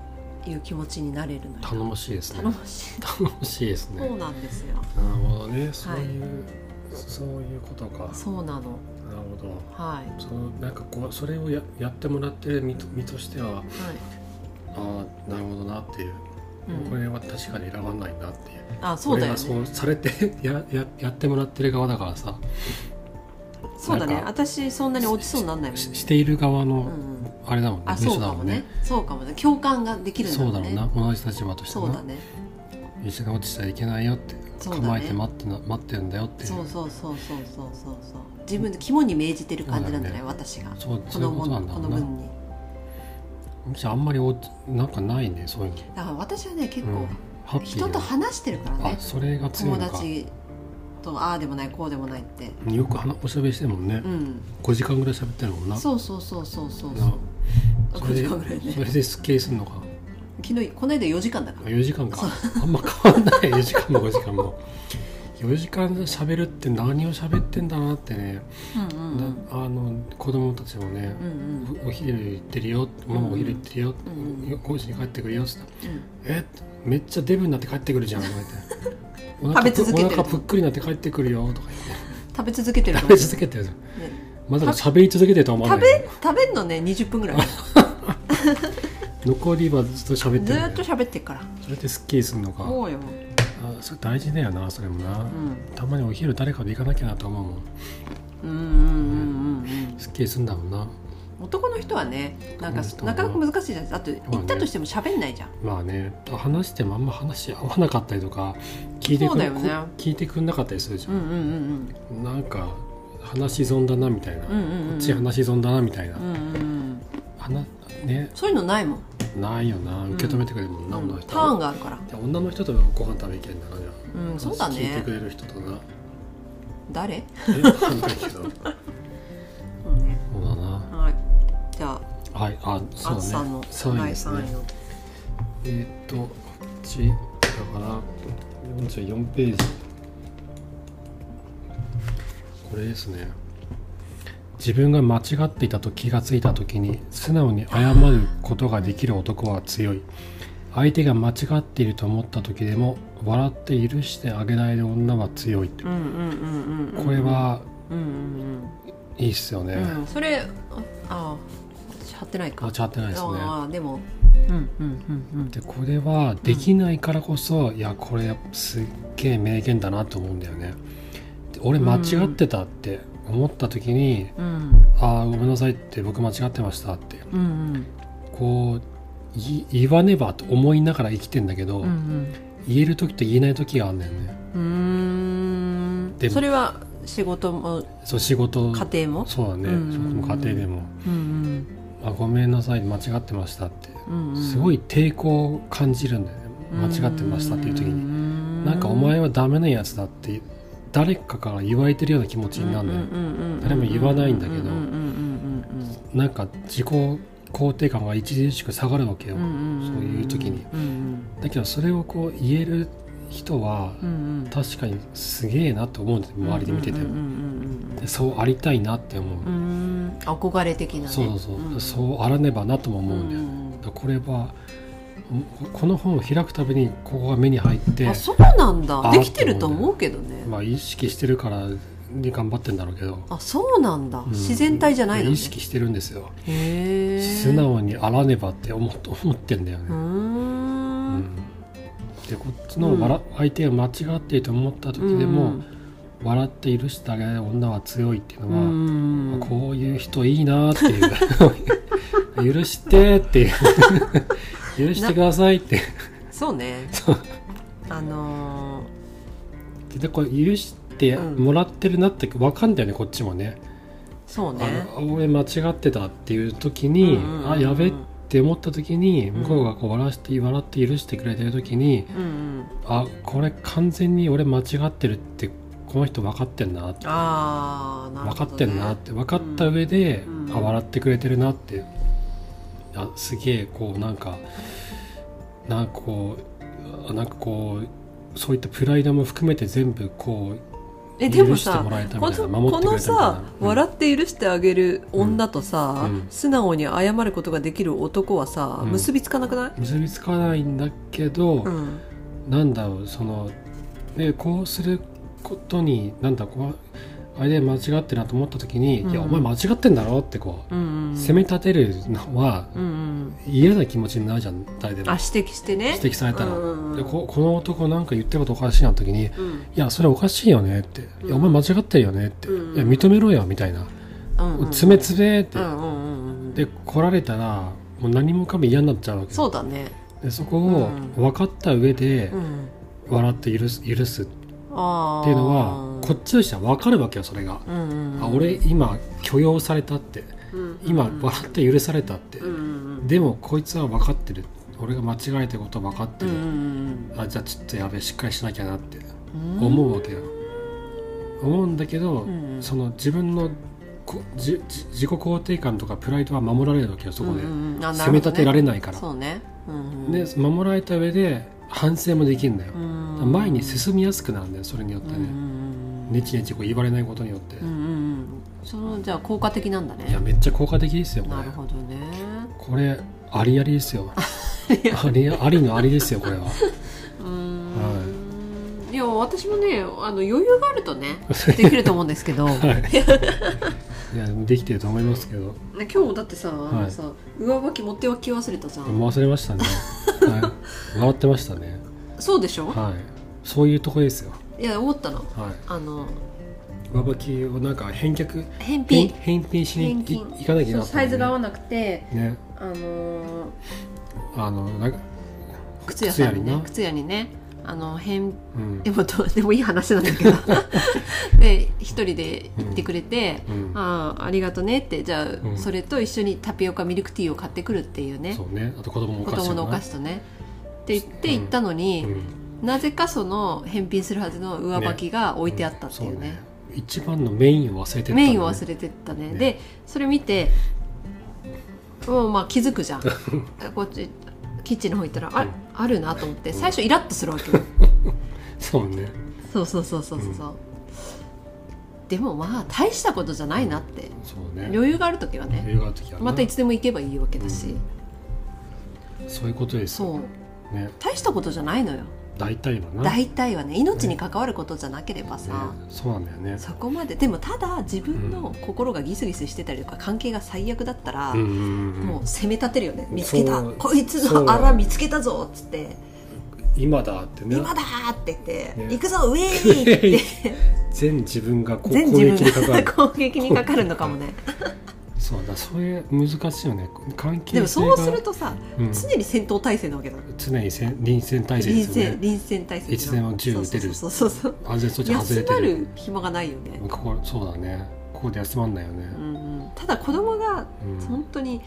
Speaker 2: ていう気持ちになれるのよ
Speaker 1: 頼もしいですね
Speaker 2: 頼もしい
Speaker 1: 頼もしいですね
Speaker 2: そうなんですよ
Speaker 1: なるほどねそういう、そういうことかなる
Speaker 2: そうなの
Speaker 1: ほど
Speaker 2: はい
Speaker 1: そのなんかこうそれをややってもらってる身と身としては
Speaker 2: はい
Speaker 1: ああなるほどなっていう、
Speaker 2: うん
Speaker 1: これは確かに選ばないなっていう
Speaker 2: あそうだよ、ね、
Speaker 1: 俺がそうされて *laughs* やややってもらってる側だからさ
Speaker 2: そうだね
Speaker 1: なんか
Speaker 2: 私そんなに落ちそうになんないもん、
Speaker 1: ししている側
Speaker 2: う
Speaker 1: の
Speaker 2: んうん、
Speaker 1: あれだもんね、
Speaker 2: あ
Speaker 1: 部
Speaker 2: そ
Speaker 1: 署
Speaker 2: う
Speaker 1: だ
Speaker 2: か
Speaker 1: も
Speaker 2: も
Speaker 1: ん
Speaker 2: ね
Speaker 1: ね
Speaker 2: そうかもね共感ができるんだ
Speaker 1: そ
Speaker 2: も
Speaker 1: う
Speaker 2: ね
Speaker 1: だろうな同じ立場として
Speaker 2: そうだ
Speaker 1: な
Speaker 2: ね
Speaker 1: 石が落ちちゃいけないよって、
Speaker 2: そうだね
Speaker 1: 構えて待ってな待ってるんだよっていう
Speaker 2: そうそうそうそうそうそうそう自分で肝に銘じてる感じなんじゃない、
Speaker 1: そ
Speaker 2: 私が
Speaker 1: そう
Speaker 2: こ
Speaker 1: そうい
Speaker 2: の
Speaker 1: うことなんだ
Speaker 2: こ
Speaker 1: ろ
Speaker 2: の
Speaker 1: うな
Speaker 2: 分に
Speaker 1: むしろあんまりおなんかないねそういうの、
Speaker 2: だから私はね結
Speaker 1: うん
Speaker 2: 構、
Speaker 1: ハッピーだ
Speaker 2: 人と話してるからね
Speaker 1: あそれが強
Speaker 2: 友
Speaker 1: いのか
Speaker 2: 達とああでもないこうでもないって
Speaker 1: よく話おしゃべりしてるもんね、
Speaker 2: うん
Speaker 1: 5時間ぐらい喋ってるもんな
Speaker 2: そうそうそうそうそう
Speaker 1: な
Speaker 2: あ
Speaker 1: それ
Speaker 2: 5時
Speaker 1: で
Speaker 2: 間ぐらいね
Speaker 1: それですっきりするのか
Speaker 2: 昨日この間4時間だから
Speaker 1: 4時間かあんま変わんない4時間も5時間も4時間喋るって何を喋ってんだなってね、
Speaker 2: うんうんうん
Speaker 1: なあの子供たちもね
Speaker 2: うんう、ん
Speaker 1: おお昼行ってるよママお昼行ってるよ、
Speaker 2: うんうん
Speaker 1: よ5時に帰ってくるよっつったら
Speaker 2: うん
Speaker 1: えめっちゃデブになって帰ってくるじゃん」とか言って「お
Speaker 2: *laughs* 食べ続けてる
Speaker 1: お腹ぷっくりになって帰ってくるよ」とか言って
Speaker 2: 食べ続けてるか
Speaker 1: 食
Speaker 2: も
Speaker 1: べ
Speaker 2: し
Speaker 1: 続けてるじゃん
Speaker 2: れないね
Speaker 1: まさか喋り続けてるとは思わ
Speaker 2: 食
Speaker 1: ないよ
Speaker 2: べ食べんのね20分ぐらい
Speaker 1: 残りはずっと喋って
Speaker 2: ず
Speaker 1: る
Speaker 2: ーっ
Speaker 1: ん
Speaker 2: と
Speaker 1: だよ
Speaker 2: 喋ってっから
Speaker 1: それってすっきりするのか
Speaker 2: そうよ、
Speaker 1: あそれ大事だよなそれもな、
Speaker 2: うん、
Speaker 1: たまにお昼誰かで行かなきゃなと思うもん
Speaker 2: うんうんうんうんうん
Speaker 1: すっきりするんだもんな
Speaker 2: 男の人はねなん
Speaker 1: 男の
Speaker 2: か
Speaker 1: 人は
Speaker 2: なかなか難しいじゃないあと行ったとしても喋んないじゃん、
Speaker 1: まあね話してもあんま話合わなかったりとか聞いてく
Speaker 2: そうだよね
Speaker 1: 聞いてくんなかったりするじゃ
Speaker 2: うんうんうん
Speaker 1: ん、なんか話し損だなみたいな、
Speaker 2: うんうんうんうん
Speaker 1: こっち話し損だなみたいな、
Speaker 2: うんうんうん
Speaker 1: 話ね
Speaker 2: そういうのないもん、
Speaker 1: ないよな受け止めてくれるもんな、
Speaker 2: うん
Speaker 1: 女の人
Speaker 2: ターンがあるから、
Speaker 1: で女の人とご飯食べ行けんだなじゃ
Speaker 2: うん、
Speaker 1: あ
Speaker 2: そうだ
Speaker 1: 聞いて
Speaker 2: ね
Speaker 1: くれる人とな
Speaker 2: 誰、
Speaker 1: えわかんないけど
Speaker 2: *laughs*
Speaker 1: そう
Speaker 2: うんね、
Speaker 1: だな
Speaker 2: はいじゃあ
Speaker 1: はいあ
Speaker 2: あ
Speaker 1: そう
Speaker 2: つさ
Speaker 1: だ
Speaker 2: ん
Speaker 1: ね
Speaker 2: の
Speaker 1: 3位
Speaker 2: 第
Speaker 1: です
Speaker 2: 3位
Speaker 1: ね
Speaker 2: の、
Speaker 1: えーっとこっちだから44ページこれですね自分が間違っていたと気がついた時に素直に謝ることができる男は強い相手が間違っていると思った時でも笑って許してあげられる女は強いって
Speaker 2: うんうんうんうんうん
Speaker 1: これは
Speaker 2: うんうん
Speaker 1: いいっすよね、
Speaker 2: うんうんそれああ貼ってないか
Speaker 1: 間違ってないですね
Speaker 2: ああでもうんうんうんうん
Speaker 1: でこれはできないからこそ、いやこれすっげえ名言だなと思うんだよねで俺間違ってたって思った時に、
Speaker 2: うん
Speaker 1: ああごめんなさいって僕間違ってましたって
Speaker 2: うん
Speaker 1: こうい言わねばと思いながら生きてんだけど、
Speaker 2: うんうん
Speaker 1: 言える時と言えない時があるんだよね
Speaker 2: うんうー
Speaker 1: で
Speaker 2: ん
Speaker 1: も
Speaker 2: それは仕事も
Speaker 1: そう仕事
Speaker 2: 家庭も
Speaker 1: そうだね、
Speaker 2: うん
Speaker 1: 仕事も家庭でも
Speaker 2: うん
Speaker 1: あごめんなさい間違ってましたって、
Speaker 2: うんうん
Speaker 1: すごい抵抗を感じるんだよね間違ってましたっていう時に、
Speaker 2: に
Speaker 1: なんかお前はダメなやつだって誰かから言われてるような気持ちになるんだよ、誰も言わないんだけどなんか自己肯定感が著しく下がるわけよ、そういう時にだけどそれをこう言える人は、確かにすげえなと思うんですよ周りで見てても、でそうありたいなって思う、
Speaker 2: 憧れ的なね
Speaker 1: そうそうそう、
Speaker 2: ん
Speaker 1: そうあらねばなとも思うんだよね、だからこれはここの本を開くたびにここが目に入って
Speaker 2: あそうなんだ
Speaker 1: あ
Speaker 2: できてると思うけどね
Speaker 1: まあ意識してるからに頑張ってんだろうけど、
Speaker 2: あそうなんだ
Speaker 1: うん
Speaker 2: 自然体じゃないのね
Speaker 1: 意識してるんですよ
Speaker 2: へえ
Speaker 1: 素直にあらねばって *laughs* 思っ思ってんだよね、
Speaker 2: うー
Speaker 1: うん
Speaker 2: ん
Speaker 1: でこっちの笑、相手が間違っていると思った時でも、笑って許してあげる女は強いっていう
Speaker 2: う
Speaker 1: のは、
Speaker 2: ん
Speaker 1: こういう人いいなっていう *laughs* 許してっていう許してくださいって
Speaker 2: そ
Speaker 1: *laughs*
Speaker 2: うね
Speaker 1: そう
Speaker 2: あのー
Speaker 1: でこれ許してもらってるなって分かんだよねこっちもね
Speaker 2: そう
Speaker 1: あ
Speaker 2: ね
Speaker 1: のあ俺間違ってたっていう時に、
Speaker 2: うんうんうんうん
Speaker 1: あやべって思った時に向こうがこう笑わして笑って許してくれてる時に
Speaker 2: うんうん
Speaker 1: あこれ完全に俺間違ってるってこの人分かってんなって
Speaker 2: ああなる
Speaker 1: 分
Speaker 2: ほど
Speaker 1: か
Speaker 2: ね
Speaker 1: ってんなって分かった上で、
Speaker 2: うん
Speaker 1: あ笑ってくれてるなってあすげえこうなんかなんかこうあなんかこうそういったプライドも含めて全部こ
Speaker 2: えでも
Speaker 1: 許して
Speaker 2: さ
Speaker 1: もらえたみ
Speaker 2: こ
Speaker 1: たいな
Speaker 2: の
Speaker 1: 守っ
Speaker 2: こ
Speaker 1: てくれたみたいな
Speaker 2: のさ、
Speaker 1: うん
Speaker 2: 笑って許してあげる女とさ、
Speaker 1: うん
Speaker 2: 素直に謝ることができる男はさ、
Speaker 1: うん
Speaker 2: 結びつかなくないう
Speaker 1: 結びつかないんだけど、
Speaker 2: うん
Speaker 1: なんだろうそのでこうすることになんだこうあれで間違ってるなと思った時に「
Speaker 2: うん
Speaker 1: いやお前間違ってんだろ」ってこ
Speaker 2: うんうんう
Speaker 1: う、
Speaker 2: ん
Speaker 1: 責め立てるのは
Speaker 2: うんうん
Speaker 1: 嫌な気持ちになるじゃん誰でも
Speaker 2: あ指摘してね
Speaker 1: 指摘されたら、
Speaker 2: うんうん
Speaker 1: でここの男なんか言ってることおかしいな時に「
Speaker 2: うん
Speaker 1: いやそれおかしいよね」って「いやお前間違ってるよね」って「
Speaker 2: うん
Speaker 1: いや認めろよ」みたいな
Speaker 2: う
Speaker 1: 「
Speaker 2: んうん
Speaker 1: 詰め詰め」って、
Speaker 2: うんうんうんうん
Speaker 1: で来られたらもう何もかも嫌になっちゃうわけ
Speaker 2: そうだね
Speaker 1: でそこを
Speaker 2: うん
Speaker 1: 分かった上で
Speaker 2: うん
Speaker 1: 笑って許す許すっ
Speaker 2: ああ
Speaker 1: っていうのはこっちとしては分かるわけよそれが、
Speaker 2: うんうんうん
Speaker 1: あ俺今許容されたって
Speaker 2: うん
Speaker 1: 今
Speaker 2: うん
Speaker 1: 笑って許されたって、
Speaker 2: うんうん
Speaker 1: でもこいつは分かってる俺が間違えてること分かって
Speaker 2: うんう
Speaker 1: る、
Speaker 2: ん
Speaker 1: あじゃあちょっとやべえしっかりしなきゃなって
Speaker 2: うんうん
Speaker 1: 思うわけよ、思うんだけど、
Speaker 2: うん
Speaker 1: その自分のこじじ自己肯定感とかプライドは守られるわけよそこで、
Speaker 2: うんうんあな
Speaker 1: 責
Speaker 2: る
Speaker 1: め
Speaker 2: ほどね
Speaker 1: 立てられないから、
Speaker 2: そうねうんうん
Speaker 1: で守られた上で反省もできるんだよ
Speaker 2: う、ん
Speaker 1: 前に進みやすくなるんだよそれによってね、
Speaker 2: うんうんうん
Speaker 1: ねちねちこう言われないことによって、
Speaker 2: うんうんうんそのじゃあ効果的なんだね
Speaker 1: いやめっちゃ効果的ですよこ
Speaker 2: な
Speaker 1: れ
Speaker 2: るほどね
Speaker 1: これありありですよ
Speaker 2: り
Speaker 1: ありありのありですよこれは
Speaker 2: うーん、い、や私もねあの余裕があると
Speaker 1: *laughs*
Speaker 2: ねできると思うんですけど、
Speaker 1: はいいやできてると思いますけど
Speaker 2: ね今日もだってさあのさ、上履き持ってはき忘れたじゃん、
Speaker 1: 忘れましたね、はい、笑ってましたね
Speaker 2: そうでしょ、
Speaker 1: はいそういうとこですよ
Speaker 2: い、や思ったの
Speaker 1: はい
Speaker 2: あの
Speaker 1: 上履きをなんか返却
Speaker 2: 返
Speaker 1: 返
Speaker 2: 品
Speaker 1: 返品しにい
Speaker 2: 返品
Speaker 1: いかなきゃいけな
Speaker 2: そう
Speaker 1: かった
Speaker 2: サイズが合わ
Speaker 1: ない
Speaker 2: なくて
Speaker 1: ね
Speaker 2: あのー
Speaker 1: あのなんか
Speaker 2: 靴屋さんに
Speaker 1: 靴屋に
Speaker 2: ね
Speaker 1: な
Speaker 2: 靴屋にねあの返
Speaker 1: うん
Speaker 2: でもどうでもいい話なんだけど *laughs* で一人で行ってくれて、
Speaker 1: うん
Speaker 2: ああありがとねってじゃあ、
Speaker 1: ん
Speaker 2: それと一緒にタピオカミルクティーを買ってくるっていうね
Speaker 1: そうねあと子供のお
Speaker 2: 子
Speaker 1: 菓子
Speaker 2: 供のお
Speaker 1: も
Speaker 2: 菓
Speaker 1: ね
Speaker 2: 子とねって言って
Speaker 1: うん
Speaker 2: 行ったのに、
Speaker 1: うん
Speaker 2: なぜかその返品するはずの上履きが置いてあったっていうね
Speaker 1: そうね一番のメインを忘れてったんだ
Speaker 2: メ
Speaker 1: ね
Speaker 2: インを忘れてったね
Speaker 1: ね
Speaker 2: でそれ見てもうまあ気づくじ
Speaker 1: *laughs*
Speaker 2: ゃんこっちキッチンの方行ったらあ,、
Speaker 1: うん
Speaker 2: あるなと思って最初イラッとするわけよ
Speaker 1: そうね
Speaker 2: そうそうそうそうそう、でもまあ大したことじゃないなって
Speaker 1: そうね
Speaker 2: 余裕がある時はね
Speaker 1: 映画の時はな
Speaker 2: またいつでも行けばいいわけだし、
Speaker 1: そういうことですよ
Speaker 2: そう
Speaker 1: ね
Speaker 2: 大したことじゃないのよ
Speaker 1: 大体はな
Speaker 2: 大体はね命に関わることじゃなければさ、
Speaker 1: ねそうなんだよね
Speaker 2: そこまででもただ自分の心がギスギスしてたりとか関係が最悪だったら、
Speaker 1: うんうんうん
Speaker 2: もう責め立てるよね見つけた
Speaker 1: そう
Speaker 2: こいつ
Speaker 1: そう
Speaker 2: のあら見つけたぞっつって
Speaker 1: 今だってね
Speaker 2: 今だーって言って、
Speaker 1: ね
Speaker 2: 行くぞウェーイ
Speaker 1: *laughs*
Speaker 2: って言って
Speaker 1: 全自分がこう
Speaker 2: 全
Speaker 1: 攻
Speaker 2: 自
Speaker 1: 撃にか
Speaker 2: 分
Speaker 1: か
Speaker 2: が
Speaker 1: る
Speaker 2: *laughs* 攻撃にかかるのかもね
Speaker 1: そうだそういう難しいよね関係性が
Speaker 2: でもそうするとさ、
Speaker 1: うん
Speaker 2: 常に戦闘態勢なわけだから
Speaker 1: 常に戦臨戦態勢で
Speaker 2: 臨
Speaker 1: すよ
Speaker 2: 戦
Speaker 1: ね
Speaker 2: 臨戦態勢
Speaker 1: いつでも銃撃てる
Speaker 2: そうそうそうそう
Speaker 1: 安全措置外
Speaker 2: 休
Speaker 1: れて
Speaker 2: ま
Speaker 1: る
Speaker 2: る暇がないよね、
Speaker 1: ここそうだねここで休まんないよね
Speaker 2: う、んうん、ただ子供が
Speaker 1: うん
Speaker 2: 本当に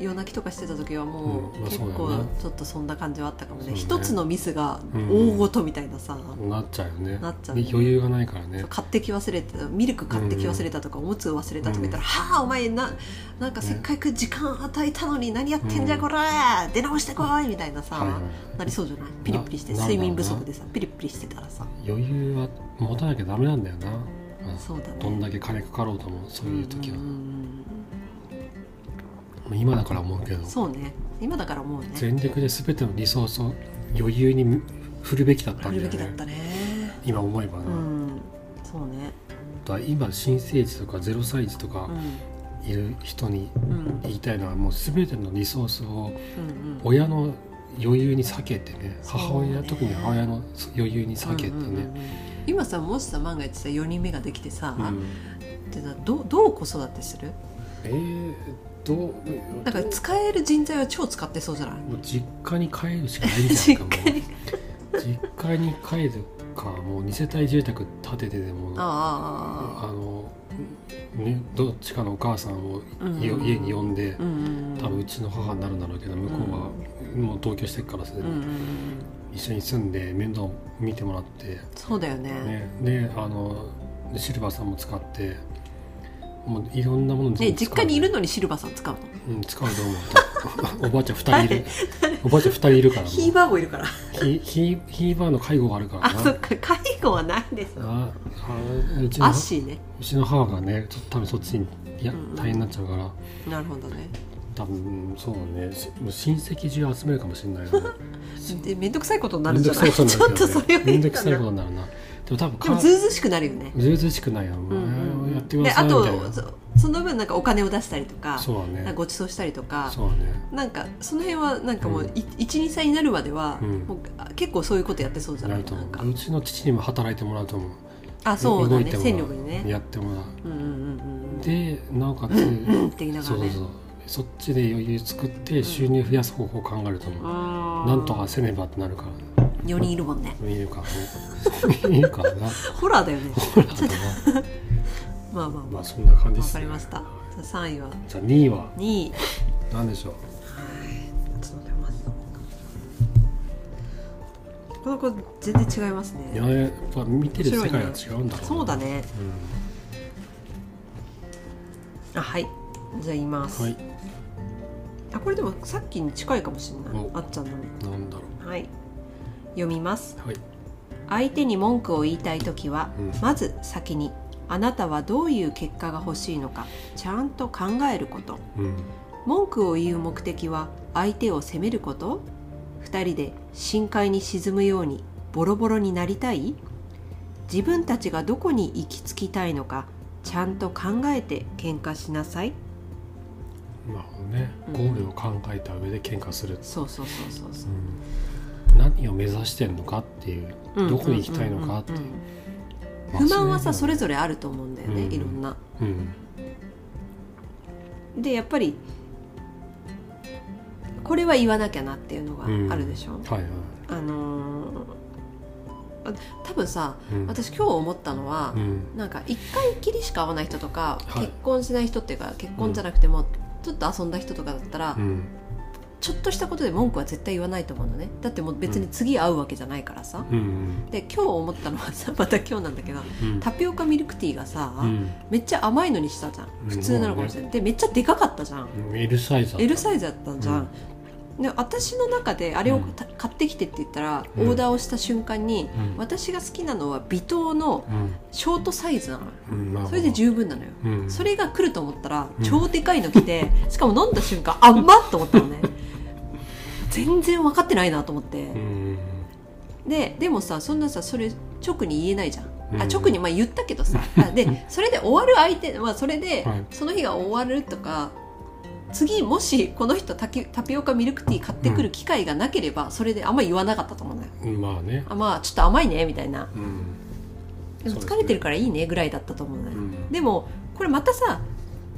Speaker 2: 夜泣きとかしてた時はも
Speaker 1: うん
Speaker 2: う
Speaker 1: まあ
Speaker 2: 結
Speaker 1: そうだよ
Speaker 2: 構
Speaker 1: ね
Speaker 2: ちょっとそんな感じはあったかもね
Speaker 1: そうね
Speaker 2: 一、つのミスが
Speaker 1: うん
Speaker 2: 大ごとみたいなさ、
Speaker 1: なっちゃうよね
Speaker 2: なっちゃうね
Speaker 1: で余裕がないからね
Speaker 2: 買ってき忘れてたミルク買ってき忘れたとか、おむつ忘れたとか言ったら「はあお前ななんかせっかく時間与えたのに何やってんじゃ
Speaker 1: うん
Speaker 2: こら、出直してこい」みたいなさ、
Speaker 1: はいは
Speaker 2: なりそうじゃないピリピリして
Speaker 1: な
Speaker 2: 睡眠不足でさピリピリしてたらさ
Speaker 1: い、余裕は持たなきゃダメなんだよな、うん
Speaker 2: そうだね
Speaker 1: どんだけ金かかろうともそういう時は、
Speaker 2: うんうん
Speaker 1: もう今だから思うけど
Speaker 2: うんそうね今だから思うね
Speaker 1: 全力で全てのリソースを余裕に振るべきだった
Speaker 2: や
Speaker 1: ん
Speaker 2: る
Speaker 1: だ
Speaker 2: べ
Speaker 1: よ
Speaker 2: きだっ
Speaker 1: ね
Speaker 2: たね
Speaker 1: 今思えばな、
Speaker 2: うんそうね
Speaker 1: だから今新生児とか0歳児とか
Speaker 2: う
Speaker 1: いる人に
Speaker 2: んうん
Speaker 1: 言いたいのはもう全てのリソースを
Speaker 2: うんうん
Speaker 1: 親の余裕に避けてね
Speaker 2: そうね
Speaker 1: 母親特に母親の余裕に避けて
Speaker 2: うんうんうん
Speaker 1: ね、
Speaker 2: 今さもしさ万が一さ4人目ができてさ、
Speaker 1: うん
Speaker 2: ってなどうどう子育てする
Speaker 1: えー、どう
Speaker 2: なんか使える人材は超使ってそうじゃない
Speaker 1: もう実家に帰るしかないんじゃないかも
Speaker 2: *laughs* 実家
Speaker 1: う実家に帰るかもう二世帯住宅建ててでも
Speaker 2: ああ
Speaker 1: あの、ね、どっちかのお母さんをい
Speaker 2: うん
Speaker 1: 家に呼んで
Speaker 2: うんうんうん
Speaker 1: 多分うちの母になるんだろうけど向こうはもう同居してっからすで
Speaker 2: うんうんう
Speaker 1: に
Speaker 2: ん
Speaker 1: 一緒に住んで面倒を見てもらって、
Speaker 2: そうだよね
Speaker 1: ね、であのシルバーさんも使ってもういろんなもの
Speaker 2: ね
Speaker 1: 全部使
Speaker 2: 実
Speaker 1: う
Speaker 2: 家にいるのにシルバーさん使うの
Speaker 1: うん、使うと思うおばあちゃん2人いる
Speaker 2: *laughs*
Speaker 1: おばあちゃん2人いるからもう
Speaker 2: ヒーバーもいるから
Speaker 1: ヒヒヒーバーの介護があるから
Speaker 2: あ
Speaker 1: な
Speaker 2: そっか介護はないですよ
Speaker 1: ああうちの
Speaker 2: アッシーね
Speaker 1: うちの母がねちょっと多分そっちにいや
Speaker 2: うんうん
Speaker 1: 大変になっちゃうから
Speaker 2: なるほどね
Speaker 1: 多分そうだねしもう親戚中集めるかもしれないよね
Speaker 2: で面倒くさい *laughs* ことにな
Speaker 1: めん
Speaker 2: るんじ
Speaker 1: ど
Speaker 2: ゃ
Speaker 1: く
Speaker 2: な
Speaker 1: さい
Speaker 2: い
Speaker 1: ことに
Speaker 2: ち
Speaker 1: な
Speaker 2: ょ
Speaker 1: る
Speaker 2: っとそれ
Speaker 1: よ
Speaker 2: は
Speaker 1: ねめ
Speaker 2: い
Speaker 1: ん
Speaker 2: い
Speaker 1: どく
Speaker 2: か
Speaker 1: さいこ
Speaker 2: な
Speaker 1: とになるなでも多分
Speaker 2: でも
Speaker 1: か
Speaker 2: ずうずうしくなるよね
Speaker 1: ずうずうしくないよもう、
Speaker 2: うんうん
Speaker 1: やってく
Speaker 2: で
Speaker 1: ださ
Speaker 2: あ
Speaker 1: いみたい
Speaker 2: と
Speaker 1: な
Speaker 2: そその分なんかお金を出したりとか
Speaker 1: そうだ
Speaker 2: なんか
Speaker 1: ね
Speaker 2: ご馳走したりとか
Speaker 1: そうだね
Speaker 2: なんかその辺はなんかもう
Speaker 1: うん
Speaker 2: 12歳になるまでは、
Speaker 1: うん
Speaker 2: もうあ結構そういうことやってそうじゃ
Speaker 1: や
Speaker 2: ない
Speaker 1: ると
Speaker 2: なんか
Speaker 1: 思ううちの父にも働いてもらうと思う
Speaker 2: あそうだ
Speaker 1: 動い
Speaker 2: ね
Speaker 1: ても
Speaker 2: 戦力にね
Speaker 1: やってもらう
Speaker 2: うんうんうんうん
Speaker 1: でなおかつ
Speaker 2: うんって言いなが
Speaker 1: そ
Speaker 2: ら
Speaker 1: うそう
Speaker 2: ね
Speaker 1: そうそっちで余裕作って収入増やす方法を考えると思う、な
Speaker 2: なん
Speaker 1: とかせねばってなるから
Speaker 2: 4人いるもんね
Speaker 1: 見えるかな見えるかな
Speaker 2: ホラーだよね
Speaker 1: ほらだ
Speaker 2: *laughs*
Speaker 1: な
Speaker 2: まあまあま
Speaker 1: ま
Speaker 2: あ
Speaker 1: あそんな感じで
Speaker 2: わ
Speaker 1: す、
Speaker 2: か
Speaker 1: ね、
Speaker 2: りましたじゃあ3位は
Speaker 1: じゃあ2位は
Speaker 2: 2位
Speaker 1: 何でしょう
Speaker 2: ちょっと待ってますこの子全然違います
Speaker 1: いや
Speaker 2: ね
Speaker 1: やっぱ見てる世界が違うんだろうな
Speaker 2: そうだ、ね
Speaker 1: う
Speaker 2: あはいじゃあ言います、
Speaker 1: ん、はい
Speaker 2: あこれでもさっきに近いかもしれない
Speaker 1: お
Speaker 2: あっちゃんのに
Speaker 1: なんだろ
Speaker 2: はい読みます
Speaker 1: うはい
Speaker 2: 相手に文句を言いたい時は、
Speaker 1: うん
Speaker 2: まず先にあなたはどういう結果が欲しいのかちゃんと考えること
Speaker 1: うん
Speaker 2: 文句を言う目的は相手を責めること2人で深海に沈むようにボロボロになりたい自分たちがどこに行き着きたいのかちゃんと考えて喧嘩しなさい
Speaker 1: まあね
Speaker 2: うん
Speaker 1: ゴールを考えた上で喧嘩する、
Speaker 2: そうそうそうそうそう
Speaker 1: うん何を目指してんのかっていう、
Speaker 2: うん
Speaker 1: どこに行きたいのかって、
Speaker 2: うんうんうん
Speaker 1: まあ
Speaker 2: 不満はさそ
Speaker 1: れ
Speaker 2: れぞれあると思うんだよね、
Speaker 1: うん
Speaker 2: いろんな
Speaker 1: うん
Speaker 2: でやっぱりこれは言わなきゃなっていうのが
Speaker 1: うん
Speaker 2: あるでしょ、
Speaker 1: はいはい、
Speaker 2: あのーあ多分さ
Speaker 1: うん、
Speaker 2: 私今日思ったのは
Speaker 1: う、ん
Speaker 2: なんか一回きりしか会わない人とか、
Speaker 1: はい
Speaker 2: 結婚しない人っていうか結婚じゃなくても、ちょっと遊んだ人とかだったら、
Speaker 1: うん
Speaker 2: ちょっとしたことで文句は絶対言わないと思うのねだってもう別に次会うわけじゃないからさ、
Speaker 1: うんうん
Speaker 2: で今日思ったのはさ *laughs* また今日なんだけど
Speaker 1: うん
Speaker 2: タピオカミルクティーがさ、
Speaker 1: うん
Speaker 2: めっちゃ甘いのにしたじゃん
Speaker 1: うん
Speaker 2: 普通なのかもしれない、でめっちゃでかかったじゃん
Speaker 1: うん L サイズだった
Speaker 2: L サイズだったじゃん、で私の中であれをた買ってきてって言ったら、
Speaker 1: うん
Speaker 2: オーダーをした瞬間に、
Speaker 1: うん
Speaker 2: 私が好きなのは微糖の
Speaker 1: うん
Speaker 2: ショートサイズなのよ
Speaker 1: うんまあまあ
Speaker 2: それで十分なのよ、
Speaker 1: うん
Speaker 2: それが来ると思ったら
Speaker 1: うん
Speaker 2: 超でかいの来て、しかも飲んだ瞬間甘っと思ったのね全然分かってないなと思っ
Speaker 1: う
Speaker 2: て、
Speaker 1: ん
Speaker 2: ででもさそんなさそれ直に言えないじゃん
Speaker 1: うん
Speaker 2: あ直にまあ言ったけどさあでそれで終わる相手、まあ、それで
Speaker 1: はい
Speaker 2: その日が終わるとか次もしこの人タキタピオカミルクティー買ってくる機会がなければそれであんま言わなかったと思うんだよ
Speaker 1: まあね
Speaker 2: あまあちょっと甘いねみたいな
Speaker 1: うんそう
Speaker 2: でも
Speaker 1: ですね
Speaker 2: 疲れてるからいいねぐらいだったと思うんだ
Speaker 1: う
Speaker 2: よ、
Speaker 1: ん
Speaker 2: でもこれまたさ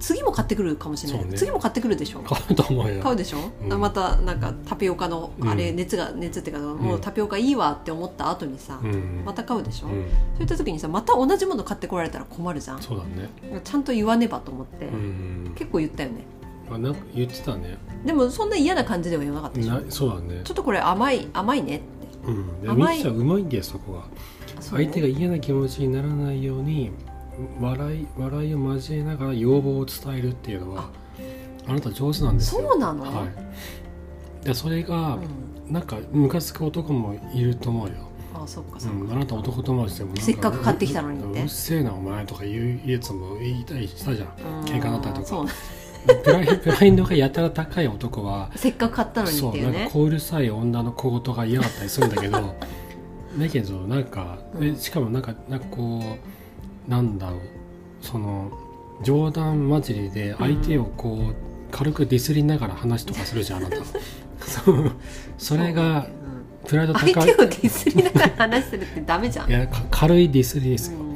Speaker 2: 次も買ってくるかもしれない、
Speaker 1: そうね
Speaker 2: 次も買ってくるでしょ
Speaker 1: 買うと思うよ
Speaker 2: 買うでしょ、
Speaker 1: うん
Speaker 2: またなんかタピオカのあれ
Speaker 1: うん
Speaker 2: 熱が熱っていうかもうタピオカいいわって思った後にさ、
Speaker 1: うん
Speaker 2: また買うでしょ、
Speaker 1: うん
Speaker 2: そういった時にさまた同じもの買ってこられたら困るじゃん
Speaker 1: そうだね
Speaker 2: ちゃんと言わねばと思って、
Speaker 1: うん
Speaker 2: 結構言ったよね
Speaker 1: あなんか言ってたね
Speaker 2: でもそんな嫌な感じでは言わなかったでしょ
Speaker 1: なそうだね
Speaker 2: ちょっとこれ甘い甘いねって
Speaker 1: うんでミ
Speaker 2: 甘い
Speaker 1: ッちゃんうまいんだよそこは
Speaker 2: あそう
Speaker 1: 相手が嫌な気持ちにならないように笑い笑いを交えながら要望を伝えるっていうのはあなた上手なんですよ
Speaker 2: そうなの、
Speaker 1: はいでそれが
Speaker 2: うん、
Speaker 1: なんかムカつく男もいると思うよ、
Speaker 2: あそっか
Speaker 1: う
Speaker 2: そっか、
Speaker 1: ん、あなた男友達でもなん
Speaker 2: せっかく買ってきたのにって
Speaker 1: うっせえなお前とか言うやつも言いたりしたじゃん
Speaker 2: うん
Speaker 1: 喧嘩になったりとか
Speaker 2: そう
Speaker 1: プライ *laughs* プライドがやたら高い男は
Speaker 2: せっかく買ったのにっ
Speaker 1: そう
Speaker 2: てい
Speaker 1: な
Speaker 2: うん
Speaker 1: か
Speaker 2: ね
Speaker 1: こううるさい女の小言が嫌だったりするんだけど
Speaker 2: *laughs*
Speaker 1: だけどなんか
Speaker 2: う
Speaker 1: え
Speaker 2: ん
Speaker 1: しかもなんかなんかこうなんだろうその冗談交じりで相手をこう、軽くディスりながら話とかするじゃんあ
Speaker 2: *laughs*
Speaker 1: なたそうそれが
Speaker 2: そうなんだよ
Speaker 1: プライド
Speaker 2: うん
Speaker 1: 高
Speaker 2: 相
Speaker 1: い
Speaker 2: 手をディスりながら話するってダ
Speaker 1: *laughs*
Speaker 2: メじゃん
Speaker 1: いやか軽いディスりですよ、
Speaker 2: うん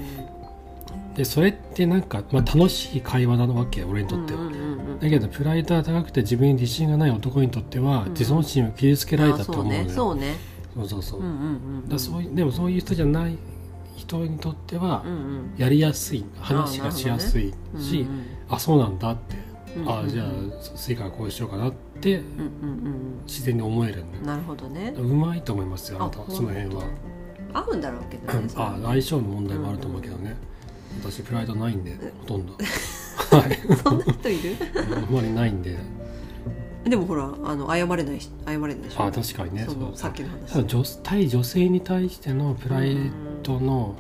Speaker 1: でそれってなんか、まあ、楽しい会話なわけ俺にとっては、
Speaker 2: うんうんうんうん
Speaker 1: だけどプライドが高くて自分に自信がない男にとっては
Speaker 2: うん
Speaker 1: 自尊心を傷つけられ
Speaker 2: あ
Speaker 1: たと
Speaker 2: そ
Speaker 1: 思う
Speaker 2: う
Speaker 1: のよ、
Speaker 2: ねそうね
Speaker 1: そうそうそう
Speaker 2: うんうんうん
Speaker 1: だそういでもそういう人じゃない人にとっては
Speaker 2: うんうん
Speaker 1: やりやすい話がしやすい
Speaker 2: うん
Speaker 1: し、
Speaker 2: うん
Speaker 1: あそうなんだって、
Speaker 2: うん
Speaker 1: あじゃあスイカはこうしようかなって
Speaker 2: うんうん
Speaker 1: 自然に思えるんだ
Speaker 2: うんなるほどね
Speaker 1: うまいと思いますよあなたは
Speaker 2: あ
Speaker 1: その辺は
Speaker 2: 合うんだろうけどねそれ
Speaker 1: あ相性の問題もあると思うけどね、私プライドないんでほとんどはい
Speaker 2: そんな人いる
Speaker 1: あんまりないん
Speaker 2: *laughs*
Speaker 1: で
Speaker 2: でもほらあの謝れないし謝れないでしょ
Speaker 1: あ確かにね
Speaker 2: その
Speaker 1: そう
Speaker 2: さっきの話
Speaker 1: ただ女対女性に対してのプライドの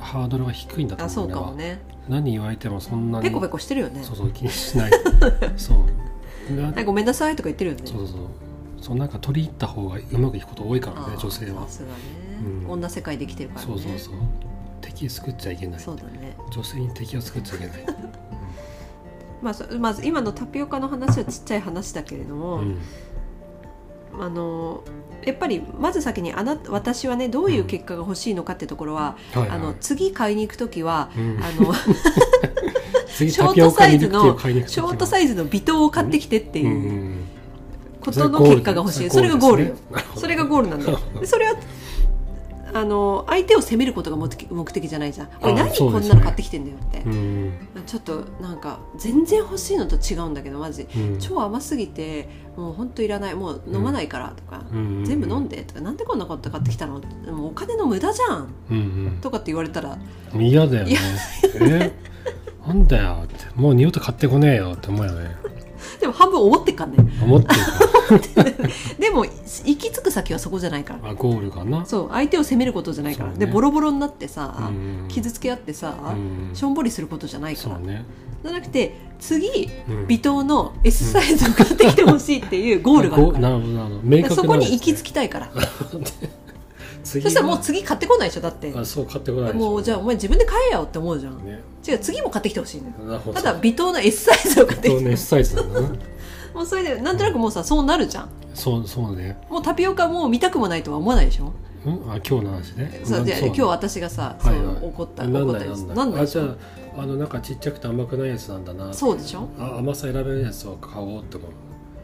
Speaker 1: ハードルが低いんだと
Speaker 2: あ
Speaker 1: 思
Speaker 2: そうう
Speaker 1: 俺
Speaker 2: か
Speaker 1: は
Speaker 2: もね
Speaker 1: 何言われてもそんなに
Speaker 2: ペコペコしてるよね
Speaker 1: そうそう気にし
Speaker 2: *laughs*
Speaker 1: ないそうな
Speaker 2: はいごめんなさいとか言ってるよね
Speaker 1: そうそうそうそうなんか取り入った方がうまくいくこと多いからね
Speaker 2: あー
Speaker 1: 女性は
Speaker 2: さすがね
Speaker 1: うん
Speaker 2: 女世界で生きてるからね
Speaker 1: そうそうそう敵作っちゃいけない
Speaker 2: そうだね
Speaker 1: 女性に敵を作っちゃいけ
Speaker 2: *laughs*
Speaker 1: ない、
Speaker 2: まあそまず今のタピオカの話はちっちゃい話だけれど
Speaker 1: う
Speaker 2: も
Speaker 1: ん
Speaker 2: あのやっぱりまず先にあな私はねどういう結果が欲しいのかってところは
Speaker 1: はいはい
Speaker 2: あの次買いに行くときは
Speaker 1: うん
Speaker 2: あ
Speaker 1: *laughs*
Speaker 2: の
Speaker 1: 次
Speaker 2: ショ
Speaker 1: タ
Speaker 2: ー
Speaker 1: ピ
Speaker 2: ト
Speaker 1: オカ
Speaker 2: サイ
Speaker 1: ミル
Speaker 2: ズ
Speaker 1: クティー
Speaker 2: の
Speaker 1: を買いに行く
Speaker 2: ショートサイズの微糖を買ってきてって
Speaker 1: イ
Speaker 2: いうことの結果が欲しいそれがゴールそれがゴールなんだ
Speaker 1: *laughs*
Speaker 2: よでそれはあの相手を責めることが目的目的じゃないじゃん「おい
Speaker 1: あ
Speaker 2: 何
Speaker 1: そ
Speaker 2: こ
Speaker 1: うですね
Speaker 2: んなの買ってきてんだよ」って、
Speaker 1: うん
Speaker 2: ちょっとなんか全然欲しいのと違うんだけどマジ
Speaker 1: うん
Speaker 2: 超甘すぎてもう本当いらないもう飲まないからとか、
Speaker 1: うん
Speaker 2: 全部飲んでとかなんでこんなこと買ってきたのもうお金の無駄じゃん
Speaker 1: うん
Speaker 2: とかって言われたら
Speaker 1: うん嫌だよねえなんだよってもう二度と買ってこねえよって思うよね
Speaker 2: でも半分思ってっかんね
Speaker 1: 思ってるか
Speaker 2: でも行き着く先はそこじゃないから
Speaker 1: らあゴールかな
Speaker 2: そう相手を責めることじゃないから、
Speaker 1: そうね
Speaker 2: でボロボロになってさ、
Speaker 1: うん
Speaker 2: 傷つけ合ってさ、
Speaker 1: うん
Speaker 2: しょんぼりすることじゃないか
Speaker 1: そ
Speaker 2: ら、
Speaker 1: うね
Speaker 2: じゃなくて次
Speaker 1: うん
Speaker 2: 微糖の S サイズを買ってきてほしいっていうゴールがある
Speaker 1: ゴ
Speaker 2: か
Speaker 1: な
Speaker 2: ら
Speaker 1: るほどなるほど明
Speaker 2: だから
Speaker 1: 確
Speaker 2: そこに行き
Speaker 1: つ
Speaker 2: 着きたいから
Speaker 1: そ
Speaker 2: そしたらもう次買ってこないでしょだって
Speaker 1: あそう買ってこないでしょ
Speaker 2: もうじゃあお前自分で買えよって思うじゃん
Speaker 1: ね
Speaker 2: 違う次も買ってきてほしいのよ
Speaker 1: なるほど
Speaker 2: ただ微糖の S サイズを買って
Speaker 1: そう
Speaker 2: き
Speaker 1: ね
Speaker 2: て
Speaker 1: サイズなんだな
Speaker 2: もうそれでなんとなくもうさそうなるじゃん
Speaker 1: そうそうね
Speaker 2: もうタピオカもう見たくもないとは思わないでしょ
Speaker 1: うんあ今日の話ね
Speaker 2: そうで
Speaker 1: なん
Speaker 2: 今日
Speaker 1: は
Speaker 2: 私がさそ
Speaker 1: いいう
Speaker 2: 怒った
Speaker 1: なん
Speaker 2: 怒っ
Speaker 1: だ
Speaker 2: た
Speaker 1: よ
Speaker 2: りする
Speaker 1: な
Speaker 2: なんん
Speaker 1: だよ
Speaker 2: だ
Speaker 1: あ
Speaker 2: よ
Speaker 1: じゃああのなんかちっちゃくて甘くないやつなんだな
Speaker 2: そうでしょ
Speaker 1: あ甘さ選べるやつを買おうって思う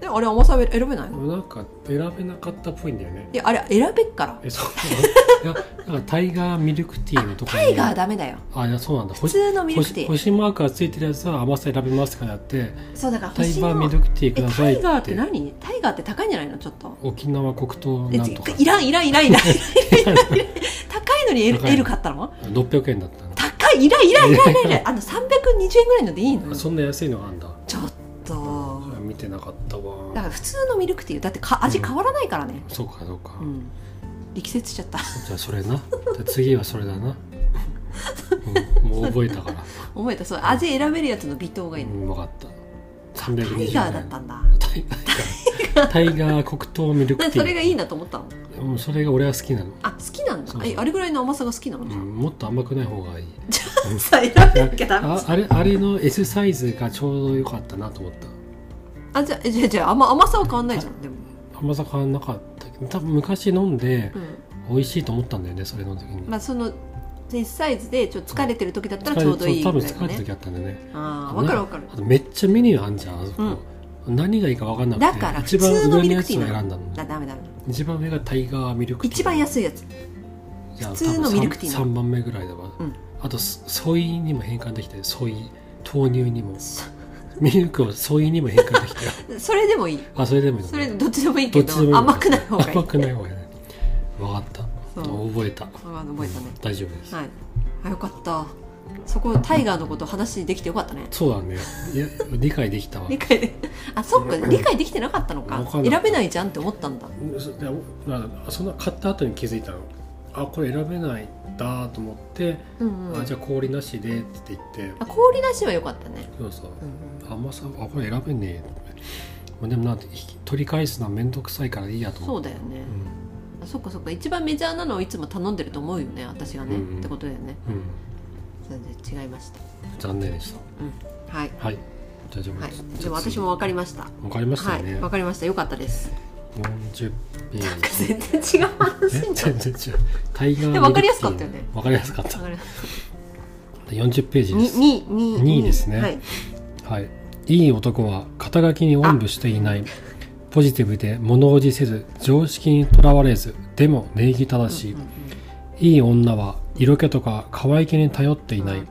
Speaker 2: であれ甘さ選べないの
Speaker 1: なんか選べなかったっぽいんだよね
Speaker 2: いやあれ選べっから
Speaker 1: えそう
Speaker 2: *laughs*
Speaker 1: なのいやなんかタイガーミルクティーのとこ
Speaker 2: タイガーダメだよ
Speaker 1: あいやそうなんだ
Speaker 2: 普通のミルクティー
Speaker 1: 星星マークがついてるやつは甘さ選べますからやって
Speaker 2: そうだから
Speaker 1: タイ
Speaker 2: 星
Speaker 1: ガー
Speaker 2: の
Speaker 1: ミルクティーく
Speaker 2: え
Speaker 1: ださ
Speaker 2: タ
Speaker 1: い
Speaker 2: イガーっ
Speaker 1: ってて
Speaker 2: 何タイガーって高いんじゃないのちょっと
Speaker 1: 沖縄黒糖
Speaker 2: え
Speaker 1: なんとか
Speaker 2: いらんいらんいらんいらんいらんいらんいらん高いのに L,
Speaker 1: 高い
Speaker 2: L 買ったの
Speaker 1: 600円だったの
Speaker 2: 高いいらんいらんいらんいらんいらんあの320円ぐらいのでいいの
Speaker 1: あ
Speaker 2: ちょ
Speaker 1: そんな安いのがあんだ
Speaker 2: っと
Speaker 1: あ見てなかったわ
Speaker 2: だから普通のミルクティーだってか味変わらないからね
Speaker 1: そうかそうか、
Speaker 2: うん、力説しちゃった *laughs*
Speaker 1: じゃあそれなじゃあ次はそれだな、うん、もう覚えたから、
Speaker 2: 思えたそう味選べるやつの微糖が
Speaker 1: う
Speaker 2: いいの
Speaker 1: ん、分かった
Speaker 2: タ
Speaker 1: 320
Speaker 2: イ
Speaker 1: 円
Speaker 2: ガーだったんだ
Speaker 1: タイガータイガー黒糖ミルク
Speaker 2: な
Speaker 1: ティ
Speaker 2: そ
Speaker 1: ー
Speaker 2: れがいいなと思ったの
Speaker 1: うんそれが俺は好きなの、
Speaker 2: あ好きなんだ
Speaker 1: そうそう
Speaker 2: えあれぐらいの甘さが好きなの、
Speaker 1: う
Speaker 2: じ
Speaker 1: ん、もっと甘くない方がいい
Speaker 2: ゃ *laughs* さ選べなきゃダメ
Speaker 1: ああれあれの S サイズがちょうど良かったなと思った
Speaker 2: あじゃあじゃあじゃあ甘甘さは変わんないじゃんでも、
Speaker 1: 甘さ変わんなかったけど多分昔飲んで
Speaker 2: うん、
Speaker 1: 美味しいと思ったんだよねそれの時に、
Speaker 2: まあその1サイズでちょっと疲れてる時だったらちょうどいい
Speaker 1: 多
Speaker 2: ぐ
Speaker 1: 分
Speaker 2: らい
Speaker 1: 疲
Speaker 2: の
Speaker 1: れた
Speaker 2: ね
Speaker 1: 時あったんだよね
Speaker 2: ああ分かる分かる
Speaker 1: あとめっちゃメニューあんじゃんあそこ、何がいいか分かんなくて
Speaker 2: だから
Speaker 1: 一
Speaker 2: 普
Speaker 1: 番
Speaker 2: 通の
Speaker 1: 上の
Speaker 2: ミル
Speaker 1: や
Speaker 2: ク
Speaker 1: つ
Speaker 2: ティ
Speaker 1: を
Speaker 2: ー
Speaker 1: 選
Speaker 2: なの
Speaker 1: んだの
Speaker 2: だダメダメ
Speaker 1: 一番上がタイガーミルクティー
Speaker 2: 一番安いやつ
Speaker 1: いや
Speaker 2: 普通のミルクティーなの
Speaker 1: 3番目ぐらいだわ、
Speaker 2: うん
Speaker 1: あとソソイにも変換できてソイ豆乳にもミルクをソイにも変換
Speaker 2: *laughs*
Speaker 1: できて
Speaker 2: それでもいい
Speaker 1: あそれでもいいの
Speaker 2: それどっちでもいいけ
Speaker 1: どっちで
Speaker 2: ど
Speaker 1: もいいの
Speaker 2: 甘くない方がいい
Speaker 1: 甘くない方がいいね分かった
Speaker 2: そう
Speaker 1: 覚えた
Speaker 2: あ覚えたね
Speaker 1: うん大丈夫です、
Speaker 2: はいあよかったそこタイガーのこと話できてよかったね
Speaker 1: そうだねいや理解できたわ
Speaker 2: 理解であそっか理解できてなかったのか
Speaker 1: わかんない
Speaker 2: 選べないじゃんって思ったんだ
Speaker 1: そでまあその買った後に気づいたのあこれ選べないんだと思って、
Speaker 2: うんうん
Speaker 1: あじゃあ氷なしでって言って
Speaker 2: あ氷なしはよかったね
Speaker 1: そうそう
Speaker 2: うんうん
Speaker 1: 甘さあこれ選べねえと思ってまあでもなんて引き取り返すのは面倒くさいからいいやと
Speaker 2: そ
Speaker 1: 思
Speaker 2: う
Speaker 1: って
Speaker 2: だよね
Speaker 1: う、
Speaker 2: あそっかそっか一番メジャーなのをいつも頼んでると思うよね私がね、
Speaker 1: うんうん
Speaker 2: ってことだよね
Speaker 1: ん、うん、
Speaker 2: それで違いました
Speaker 1: 残念でし
Speaker 2: はい
Speaker 1: たはい大丈夫
Speaker 2: はい
Speaker 1: です、
Speaker 2: でも私も分かりました
Speaker 1: 分かりました
Speaker 2: は
Speaker 1: よ
Speaker 2: い
Speaker 1: ね、
Speaker 2: 分かりましたよかったです
Speaker 1: 40ペ
Speaker 2: なんか
Speaker 1: ージ
Speaker 2: 全然違う話
Speaker 1: え
Speaker 2: になる
Speaker 1: 全然違うタイガーミルクティー
Speaker 2: でも分かりやすかったよね
Speaker 1: 分かりやすかった
Speaker 2: 分かりまし
Speaker 1: 40ペー
Speaker 2: た
Speaker 1: ジ
Speaker 2: に
Speaker 1: です
Speaker 2: にに
Speaker 1: にですね
Speaker 2: はい
Speaker 1: はい、いい男は肩書きにおんぶしていないポジティブで物おじせず常識にとらわれずでも礼儀正しい、
Speaker 2: うんうん
Speaker 1: いい女は色気とか可愛げに頼っていない、
Speaker 2: うんうん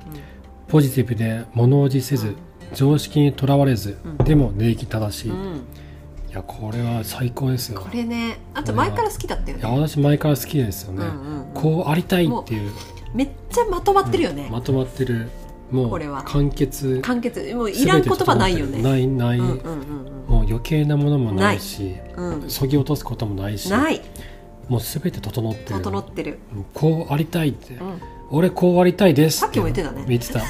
Speaker 1: ポジティブで物おじせず、
Speaker 2: うん
Speaker 1: 常識にとらわれず、
Speaker 2: うん
Speaker 1: でも礼儀正しい、
Speaker 2: う
Speaker 1: い
Speaker 2: ん
Speaker 1: やこれは最高ですよ
Speaker 2: これねあと前から好きだったよ
Speaker 1: いや
Speaker 2: ね
Speaker 1: 私前から好きですよ
Speaker 2: うん
Speaker 1: ね、
Speaker 2: うんうん
Speaker 1: こうありたいっていう
Speaker 2: めっちゃまとまってるよね
Speaker 1: まとまってるも
Speaker 2: こ
Speaker 1: う
Speaker 2: れは
Speaker 1: 完結
Speaker 2: 完結もういらん言葉ないよ
Speaker 1: 全て整ってる
Speaker 2: ね
Speaker 1: ないない、
Speaker 2: うんうんうん
Speaker 1: もう余計なものもないし
Speaker 2: うんうん
Speaker 1: そぎ落とすこともないし
Speaker 2: ない
Speaker 1: もう全て整ってる
Speaker 2: 整ってる
Speaker 1: うんこうありたいって、
Speaker 2: うん
Speaker 1: 俺こうありたいです
Speaker 2: さっきも言ってたね
Speaker 1: 言
Speaker 2: *laughs*
Speaker 1: ってたい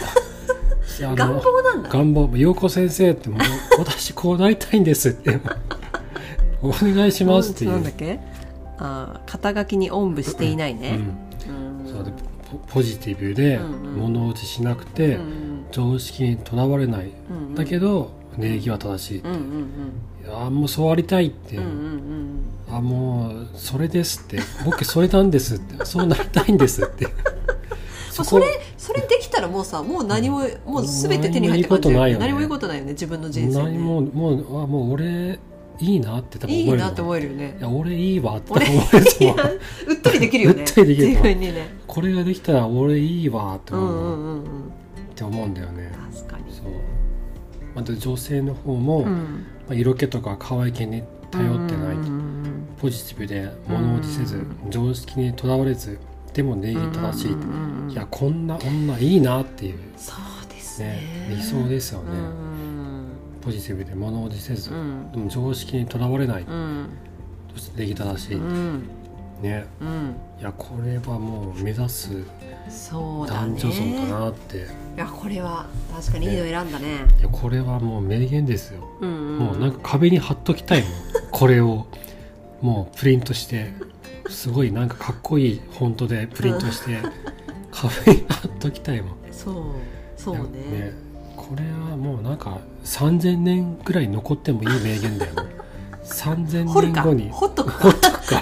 Speaker 1: やあの
Speaker 2: 願望なんだ
Speaker 1: 願望陽子先生ってもう私こうなりたいんですって
Speaker 2: *laughs*
Speaker 1: お願いしますっていう、
Speaker 2: なんだっけあー肩書きにおんぶしていないね、うん
Speaker 1: うんそうでポポジティブで
Speaker 2: うんうん
Speaker 1: 物落ちしなくて、
Speaker 2: うん
Speaker 1: 常識にとらわれない、
Speaker 2: うんうん
Speaker 1: だけど礼儀は正しい、
Speaker 2: うんうん
Speaker 1: あもうそうありたいって、
Speaker 2: うんうんうん
Speaker 1: あもうそれですって僕それなんですってそうなりたいんですって
Speaker 2: そ
Speaker 1: そ
Speaker 2: *laughs* それそれできたらもうさもう何ももう全て手に入った感じだ
Speaker 1: 何
Speaker 2: よね何
Speaker 1: も
Speaker 2: も
Speaker 1: い
Speaker 2: い
Speaker 1: い
Speaker 2: い
Speaker 1: こ
Speaker 2: ことないよね自分の人生
Speaker 1: 何
Speaker 2: ね
Speaker 1: ももうあもう俺いいなって多分
Speaker 2: い
Speaker 1: 思え
Speaker 2: い
Speaker 1: る
Speaker 2: なって思
Speaker 1: え
Speaker 2: えるよね
Speaker 1: いや俺いいわって思
Speaker 2: 俺い
Speaker 1: えると
Speaker 2: *laughs* い
Speaker 1: 思う
Speaker 2: なうっとりできるよね
Speaker 1: うっとりできる
Speaker 2: 自分にね
Speaker 1: これができたら俺いいわって
Speaker 2: う
Speaker 1: 思う,、
Speaker 2: んうんうんうん
Speaker 1: って思うんだよね
Speaker 2: 確かに
Speaker 1: そうまた女性の方も、
Speaker 2: う
Speaker 1: ま
Speaker 2: ん
Speaker 1: あ、色気とか可愛げに頼ってない、
Speaker 2: うんうん
Speaker 1: ポジティブで物おじせず、
Speaker 2: う
Speaker 1: 常識にとらわれずでも礼儀
Speaker 2: うん
Speaker 1: 正しい、
Speaker 2: うんうんうん
Speaker 1: いやこんな女いいなっていう
Speaker 2: そうです
Speaker 1: ね
Speaker 2: ね
Speaker 1: 理想ですよ
Speaker 2: う
Speaker 1: ね、
Speaker 2: ん
Speaker 1: ポジティブで物おじせず、
Speaker 2: うん
Speaker 1: でも常識にとらわれない、
Speaker 2: うん
Speaker 1: そして礼儀正しい、
Speaker 2: うん
Speaker 1: ね
Speaker 2: うん
Speaker 1: いやこれはもう目指す
Speaker 2: そうだね
Speaker 1: 男女像かなって、
Speaker 2: いやこれは確かにいいの選んだね
Speaker 1: いやこれはもう名言ですよ、
Speaker 2: うんうん
Speaker 1: もうなんか壁に貼っときた
Speaker 2: *laughs*
Speaker 1: いもんこれをもうプリントしてすごいなんかかっこいいフォントでプリントして壁に貼っときたいもん
Speaker 2: そうそうね
Speaker 1: ねこれはもうなんか3000年くらい残ってもいい名言だよね
Speaker 2: *laughs*
Speaker 1: 3000
Speaker 2: 掘るか
Speaker 1: 年後に
Speaker 2: 掘っとく
Speaker 1: ほっ *laughs* とくか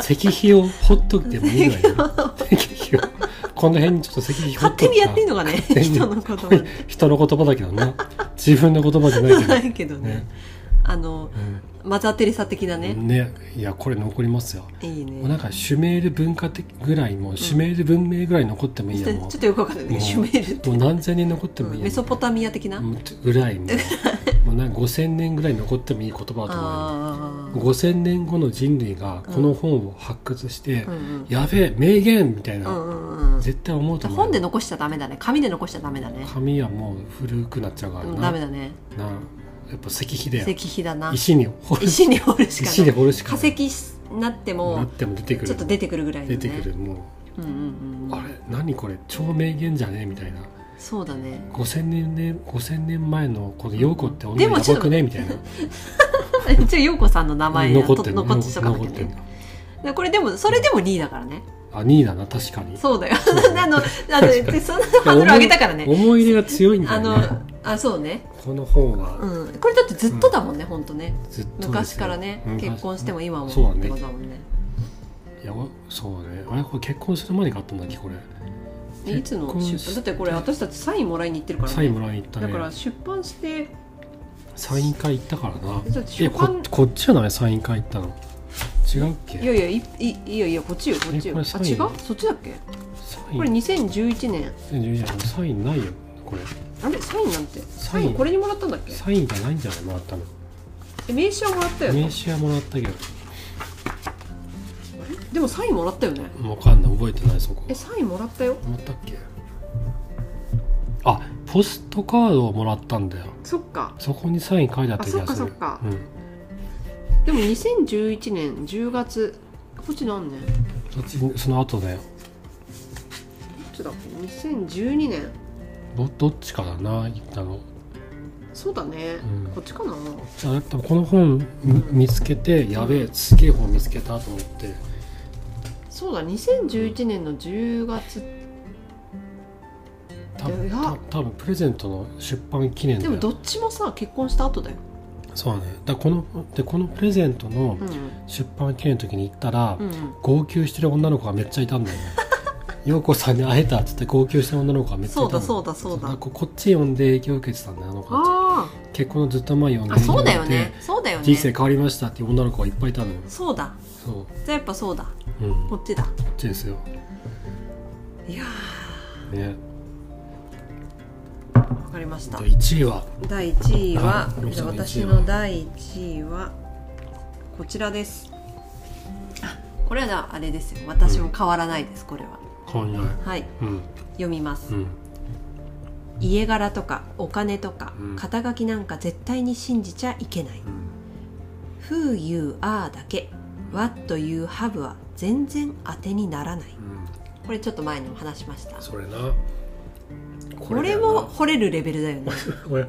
Speaker 1: 石碑をほっとくてもいいのよ石碑をこの辺にちょっと石碑ほっと
Speaker 2: 勝手
Speaker 1: く
Speaker 2: にやってんの
Speaker 1: か *laughs*
Speaker 2: がね
Speaker 1: 全然
Speaker 2: 人のことは
Speaker 1: 人の言葉だけどね自分の言葉じゃないけど
Speaker 2: *laughs* ないけどね
Speaker 1: ね
Speaker 2: あのマザー・テレサ的な
Speaker 1: う
Speaker 2: ね、
Speaker 1: んねいやこれ残りますよ
Speaker 2: いい
Speaker 1: もうなん
Speaker 2: ね
Speaker 1: かシュメール文化的ぐらいもうシュメール文明ぐらい残ってもいい
Speaker 2: ち
Speaker 1: よ
Speaker 2: ょ
Speaker 1: も
Speaker 2: っとよくわかんないけ
Speaker 1: も
Speaker 2: ど
Speaker 1: う
Speaker 2: シュメールって
Speaker 1: うもう何千年残ってもいいよ
Speaker 2: メソポタミア的な、
Speaker 1: うんぐらいもうもうなんか5000年ぐらい残ってもいい言葉だと思うよ
Speaker 2: ああ
Speaker 1: 5000年後の人類がこの本を発掘して、
Speaker 2: うんうん
Speaker 1: やべえ名言みたいな、
Speaker 2: うんうんうん
Speaker 1: 絶対思うと思うよ
Speaker 2: 本で残しちゃダメだね紙で残しちゃダメだね
Speaker 1: 紙はもう古くなっちゃうから
Speaker 2: う
Speaker 1: な,、
Speaker 2: んダメだね
Speaker 1: なやっぱ石碑だ
Speaker 2: 石
Speaker 1: よ
Speaker 2: 碑だな
Speaker 1: 石に掘る
Speaker 2: 石に掘るしか
Speaker 1: 石
Speaker 2: な
Speaker 1: で
Speaker 2: い
Speaker 1: 掘るしか
Speaker 2: 化
Speaker 1: ない
Speaker 2: 石になって
Speaker 1: なっ
Speaker 2: も
Speaker 1: ても出てくる
Speaker 2: ちょっと出てくるぐらいの、
Speaker 1: 出
Speaker 2: ね、
Speaker 1: てくるも
Speaker 2: うんうん
Speaker 1: う
Speaker 2: うん
Speaker 1: あれ何これ超名言じゃねみたいな
Speaker 2: そうだね
Speaker 1: 5000年,、ね、5000年前のこの陽子って
Speaker 2: で
Speaker 1: 女
Speaker 2: も
Speaker 1: や
Speaker 2: ちょっ
Speaker 1: ば
Speaker 2: と
Speaker 1: くねみたいな
Speaker 2: 一応陽子さんの名前
Speaker 1: 残
Speaker 2: 残
Speaker 1: っ
Speaker 2: ってて
Speaker 1: んの
Speaker 2: 残ってしとかなき
Speaker 1: 残
Speaker 2: ゃ
Speaker 1: ってんの
Speaker 2: ねでこれでもそれでも2位だからね
Speaker 1: あ2位だな確かに
Speaker 2: そうだよ *laughs* あのあの
Speaker 1: 確か
Speaker 2: でそのハードル上げたからね
Speaker 1: 思い入れが強いんだ
Speaker 2: あ
Speaker 1: よね
Speaker 2: のあそうね
Speaker 1: この本は
Speaker 2: うんこれだってずっとだもんね、ほんとね
Speaker 1: ずっとですよ
Speaker 2: 昔からね
Speaker 1: 昔
Speaker 2: 結婚しても今も
Speaker 1: そうだ
Speaker 2: って
Speaker 1: ね
Speaker 2: ことだもんね
Speaker 1: いやそうねあれこれ結婚する前に買ったんだっけこれ
Speaker 2: いつの
Speaker 1: 結婚
Speaker 2: 出
Speaker 1: し
Speaker 2: 版だってこれ私たちサインもらいに行ってるからね
Speaker 1: サインもらいに行った
Speaker 2: だから
Speaker 1: ね
Speaker 2: 出版して
Speaker 1: サイン会行ったからな
Speaker 2: だって
Speaker 1: え
Speaker 2: 出
Speaker 1: こ
Speaker 2: 版
Speaker 1: こっちじゃないサイン会行ったの違うっ
Speaker 2: い
Speaker 1: け
Speaker 2: やいやいいいやいやこっちよこっち
Speaker 1: え
Speaker 2: よ
Speaker 1: これ
Speaker 2: あ違う
Speaker 1: サイン
Speaker 2: そっちだっけ
Speaker 1: サイン
Speaker 2: これ2011年
Speaker 1: いやサインないよこれ
Speaker 2: あれサインなんて
Speaker 1: サ
Speaker 2: サ
Speaker 1: イン
Speaker 2: インこれにもらったんだっけ
Speaker 1: サインじゃないんじゃないもらったの
Speaker 2: え名刺はもらったよね
Speaker 1: 名刺はもらったけど
Speaker 2: でもサインもらったよね
Speaker 1: わかんない覚えてないそこ
Speaker 2: えサインもらったよ
Speaker 1: もらったっけあポストカードをもらったんだよ
Speaker 2: そっか
Speaker 1: そこにサイン書いてあった気がする
Speaker 2: あそっかそ
Speaker 1: うん、
Speaker 2: でも2011年10月こっち何年こ
Speaker 1: そっちその後だよ
Speaker 2: っちだっけ2012年
Speaker 1: どどっちかだな行ったの
Speaker 2: そうだね、
Speaker 1: うん
Speaker 2: こっちかな
Speaker 1: じゃあ多分この本み見つけてやべえすげえ本見つけたと思って
Speaker 2: そうだ2011年の10月
Speaker 1: 多分
Speaker 2: いや
Speaker 1: た多分プレゼントの出版記念だ
Speaker 2: で
Speaker 1: よ
Speaker 2: もどっちもさ結婚した後だよ
Speaker 1: そうねだからこのでこのプレゼントの
Speaker 2: うん
Speaker 1: 出版記念の時に行ったら、
Speaker 2: うんうん
Speaker 1: 号泣してる女の子がめっちゃいたんだ
Speaker 2: *laughs*
Speaker 1: よね陽子さんに会えたっつって号泣してる女の子がめっちゃいた
Speaker 2: そ
Speaker 1: ん
Speaker 2: う
Speaker 1: だ
Speaker 2: だそうだそうだ
Speaker 1: なんかこっち読んで影響を受けてたんだよあの子た
Speaker 2: あ
Speaker 1: ち結婚のずっと前読ん
Speaker 2: ー
Speaker 1: で
Speaker 2: あそうだよねそうだよね
Speaker 1: 人生変わりましたっていう女の子がいっぱいいたのよ
Speaker 2: そうだ
Speaker 1: そ
Speaker 2: じゃあやっぱそうだ
Speaker 1: ううん
Speaker 2: こ
Speaker 1: こ
Speaker 2: っちだ
Speaker 1: っちですよ
Speaker 2: いや
Speaker 1: ね
Speaker 2: ーわかりました
Speaker 1: 1位は
Speaker 2: 第1位は
Speaker 1: あロブ
Speaker 2: じゃ
Speaker 1: さ
Speaker 2: あ
Speaker 1: んの
Speaker 2: 私
Speaker 1: 一位は
Speaker 2: の第1位はこちらですあこれはじゃああれですよ私も変わらないですこれは
Speaker 1: 変わりない
Speaker 2: はい
Speaker 1: うん
Speaker 2: 読みます
Speaker 1: うん
Speaker 2: 家柄とかお金とか
Speaker 1: うん
Speaker 2: 肩書きなんか絶対に信じちゃいけない「Who you are」だけ「What you have」は全然当てにならない
Speaker 1: うん
Speaker 2: これちょっと前にも話しました
Speaker 1: そ
Speaker 2: *laughs*
Speaker 1: れな
Speaker 2: これも惚れるレベルだよね
Speaker 1: これ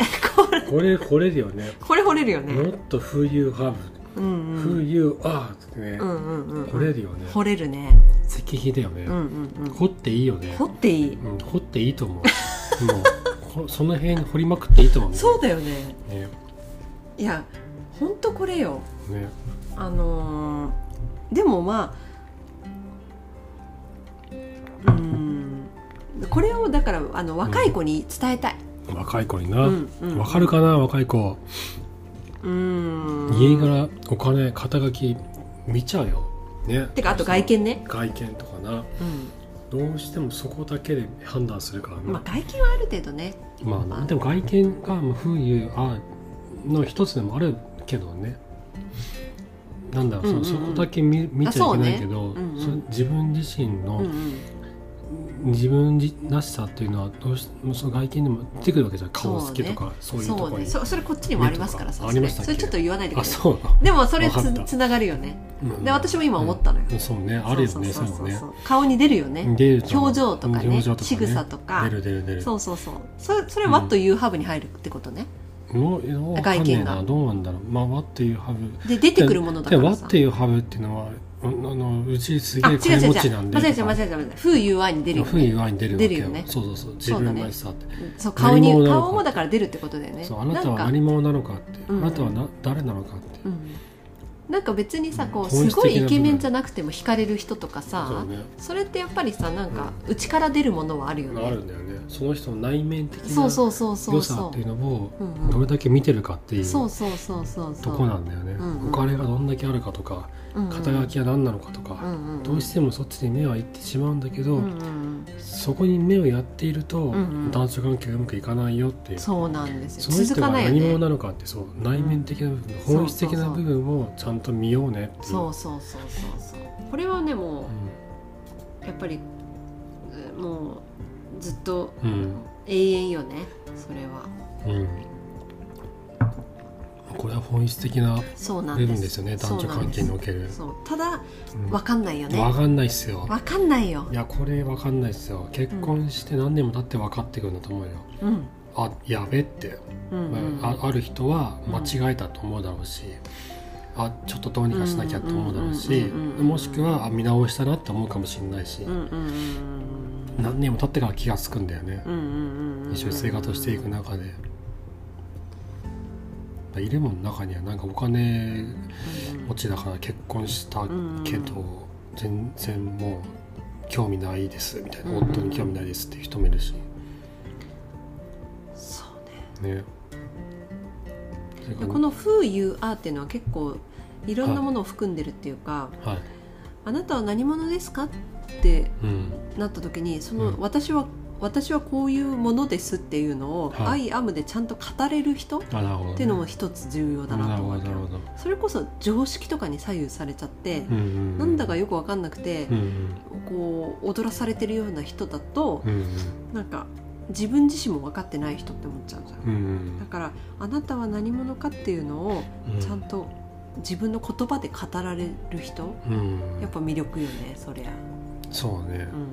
Speaker 1: これこれだよね
Speaker 2: これ惚れるよね
Speaker 1: もっと「Who You Have」
Speaker 2: うん
Speaker 1: 「
Speaker 2: うん
Speaker 1: Who You Are」ってね、
Speaker 2: うんうんうん
Speaker 1: これだよね
Speaker 2: 惚れるね
Speaker 1: 石碑だよね、
Speaker 2: うんうんうん
Speaker 1: 掘っていいよね
Speaker 2: 掘っていい
Speaker 1: うん、掘っていいと思うもう *laughs* こその辺掘りまくっていいと思う
Speaker 2: そうだよね
Speaker 1: ね
Speaker 2: いやほんとこれよ
Speaker 1: ね
Speaker 2: あのーでもまあうーんこれをだからあの若い子に伝えたい、
Speaker 1: 若い子に
Speaker 2: う
Speaker 1: な、わ
Speaker 2: んうん
Speaker 1: かるかな若い子
Speaker 2: うーん
Speaker 1: 家柄お金肩書き見ちゃうよね
Speaker 2: てかあと外見ね、
Speaker 1: 外見とかな
Speaker 2: う
Speaker 1: どうしてもそこだけで判断するから
Speaker 2: んまあ
Speaker 1: な、
Speaker 2: 外見はある程度ね
Speaker 1: まあ、でも外見がまあ風流あの一つでもあるけどねなんだろう、
Speaker 2: うんうんうん
Speaker 1: そのそこだけ見見ちゃいけないけど、
Speaker 2: あそうねうんうん
Speaker 1: そ自分自身の、
Speaker 2: うんうん
Speaker 1: 自分らしさっていうのはどうしもうその外見でも出てくるわけじゃん顔好きとかそう,、いうとこ
Speaker 2: そう
Speaker 1: に
Speaker 2: ねそそれこっちにもありますからさ
Speaker 1: あ
Speaker 2: そ
Speaker 1: りま
Speaker 2: れ
Speaker 1: したっけ
Speaker 2: それちょっと言わないでく
Speaker 1: あ
Speaker 2: ださ
Speaker 1: そう
Speaker 2: いでもそれ
Speaker 1: わかっ
Speaker 2: つ
Speaker 1: た
Speaker 2: つながるよね
Speaker 1: なの
Speaker 2: で私も今思ったのよ
Speaker 1: うんそうねあるよねそ
Speaker 2: そううそうそう
Speaker 1: ね
Speaker 2: そう顔に出るよね
Speaker 1: 出ると思う
Speaker 2: 表情とかね
Speaker 1: 表情とかね
Speaker 2: 仕草とか
Speaker 1: 出る出る出る
Speaker 2: そうそうそうそれそれ
Speaker 1: うん
Speaker 2: What You Have に入るってことね
Speaker 1: もうもうわかん
Speaker 2: 外
Speaker 1: ねえ
Speaker 2: 見
Speaker 1: な
Speaker 2: が
Speaker 1: どうなんだろうまあ「わ」っていうハブ
Speaker 2: で出てくるものだか
Speaker 1: でも「
Speaker 2: ら
Speaker 1: わ」
Speaker 2: さ
Speaker 1: っていうハブっていうのはあのうちす
Speaker 2: あ
Speaker 1: げ
Speaker 2: 違
Speaker 1: え
Speaker 2: う違
Speaker 1: 金
Speaker 2: う違う
Speaker 1: 持ちなんで
Speaker 2: 間違えた間違えた間違えた Who You Are に出るよ
Speaker 1: ふうに
Speaker 2: ね
Speaker 1: 言わに出るわ
Speaker 2: 出
Speaker 1: け
Speaker 2: るよね
Speaker 1: そうそうそう自
Speaker 2: そうだね
Speaker 1: 分らしさって
Speaker 2: そう顔に
Speaker 1: 何者なのか
Speaker 2: 顔もだから出るってことだよね
Speaker 1: そうあなたは
Speaker 2: なんか
Speaker 1: 何者なのかってあ
Speaker 2: うん
Speaker 1: なたはな誰なのかって
Speaker 2: うんなんか別にさこう
Speaker 1: 本
Speaker 2: す
Speaker 1: 質的な
Speaker 2: ごいイケメンじゃなくても惹かれる人とか
Speaker 1: そ
Speaker 2: さ
Speaker 1: うね
Speaker 2: それってやっぱりさなんか内から出るものはあるよ
Speaker 1: ある
Speaker 2: ね
Speaker 1: んだよねその人の内面的
Speaker 2: そう
Speaker 1: な
Speaker 2: そうそうそ
Speaker 1: 良
Speaker 2: う
Speaker 1: さ
Speaker 2: そ
Speaker 1: っていううのを
Speaker 2: うん
Speaker 1: ど
Speaker 2: う
Speaker 1: れ
Speaker 2: ん
Speaker 1: だけ見てるかっていう
Speaker 2: そうそうそうそうそ
Speaker 1: と
Speaker 2: う
Speaker 1: こなんだよね、
Speaker 2: うんうん
Speaker 1: お金がどんだけあるかとか
Speaker 2: うんうん
Speaker 1: 肩書きは何なのかとか、
Speaker 2: うんうんうん
Speaker 1: どうしてもそっちに目はいってしまうんだけど、
Speaker 2: うんうん
Speaker 1: そこに目をやっていると、
Speaker 2: んうん
Speaker 1: 男女関係がうまくいかないよっていう
Speaker 2: そうなんです
Speaker 1: その
Speaker 2: よ
Speaker 1: 人
Speaker 2: 続
Speaker 1: が
Speaker 2: かない
Speaker 1: 何者
Speaker 2: よね
Speaker 1: なのかってそう内面的な部分、
Speaker 2: うん
Speaker 1: 本質的な部分をちゃんと見ようねっていう
Speaker 2: そうそうそうそうそうこれはねもうやっぱりえもうずっと
Speaker 1: うん
Speaker 2: 永遠よねそれは
Speaker 1: うん、うんこれは本質的な
Speaker 2: そうな
Speaker 1: 部
Speaker 2: んで
Speaker 1: 分
Speaker 2: す
Speaker 1: ですよね男女関係における、
Speaker 2: そうただ
Speaker 1: うん
Speaker 2: わ
Speaker 1: わ
Speaker 2: かんないよね
Speaker 1: かんないっすよ
Speaker 2: わかんないよ
Speaker 1: いやこれわかんないっすよ結婚して何年も経って分かってくるんだと思うよ、
Speaker 2: うん
Speaker 1: あやべって、
Speaker 2: うんうん
Speaker 1: あある人は間違えたと思うだろうし、あちょっとどうにかしなきゃと思うだろうし
Speaker 2: うんうんうんうん
Speaker 1: もしくはあ見直したなって思うかもしれないし、
Speaker 2: うんうんうん
Speaker 1: 何年も経ってから気が付くんだよね
Speaker 2: う、んうんうん
Speaker 1: 一緒に生活していく中で。やっぱイレモンの中にはなんかお金持ちだから結婚したけど全然もう興味ないですみたいな
Speaker 2: うんうん
Speaker 1: 夫に興味ないですっていう人もいるし
Speaker 2: そうね
Speaker 1: ねそれから
Speaker 2: この「Who You Are」っていうのは結構いろんなものを含んでるっていうか、
Speaker 1: はい
Speaker 2: あなたは何者ですかって
Speaker 1: うん
Speaker 2: なった時にそうの
Speaker 1: ん
Speaker 2: 私は、私はこういうものですっていうのを「
Speaker 1: はい
Speaker 2: I am」でちゃんと語れる人っ
Speaker 1: あなるほどね
Speaker 2: ていうのも一つ重要だな
Speaker 1: な
Speaker 2: と
Speaker 1: るほ
Speaker 2: 思
Speaker 1: ど
Speaker 2: うけ
Speaker 1: なるほ
Speaker 2: ど
Speaker 1: ど
Speaker 2: それこそ常識とかに左右されちゃって、
Speaker 1: うんうん
Speaker 2: なんだかよく分かんなくて
Speaker 1: う、ん
Speaker 2: こう踊らされてるような人だと
Speaker 1: う、ん
Speaker 2: なんか自分自身も分かってない人って思っちゃうじゃん。
Speaker 1: うんうん
Speaker 2: だからあなたは何者かっていうのを
Speaker 1: うん
Speaker 2: ちゃんと自分の言葉で語られる人
Speaker 1: うん
Speaker 2: やっぱ魅力よねそりゃ、
Speaker 1: そうね
Speaker 2: うんうん、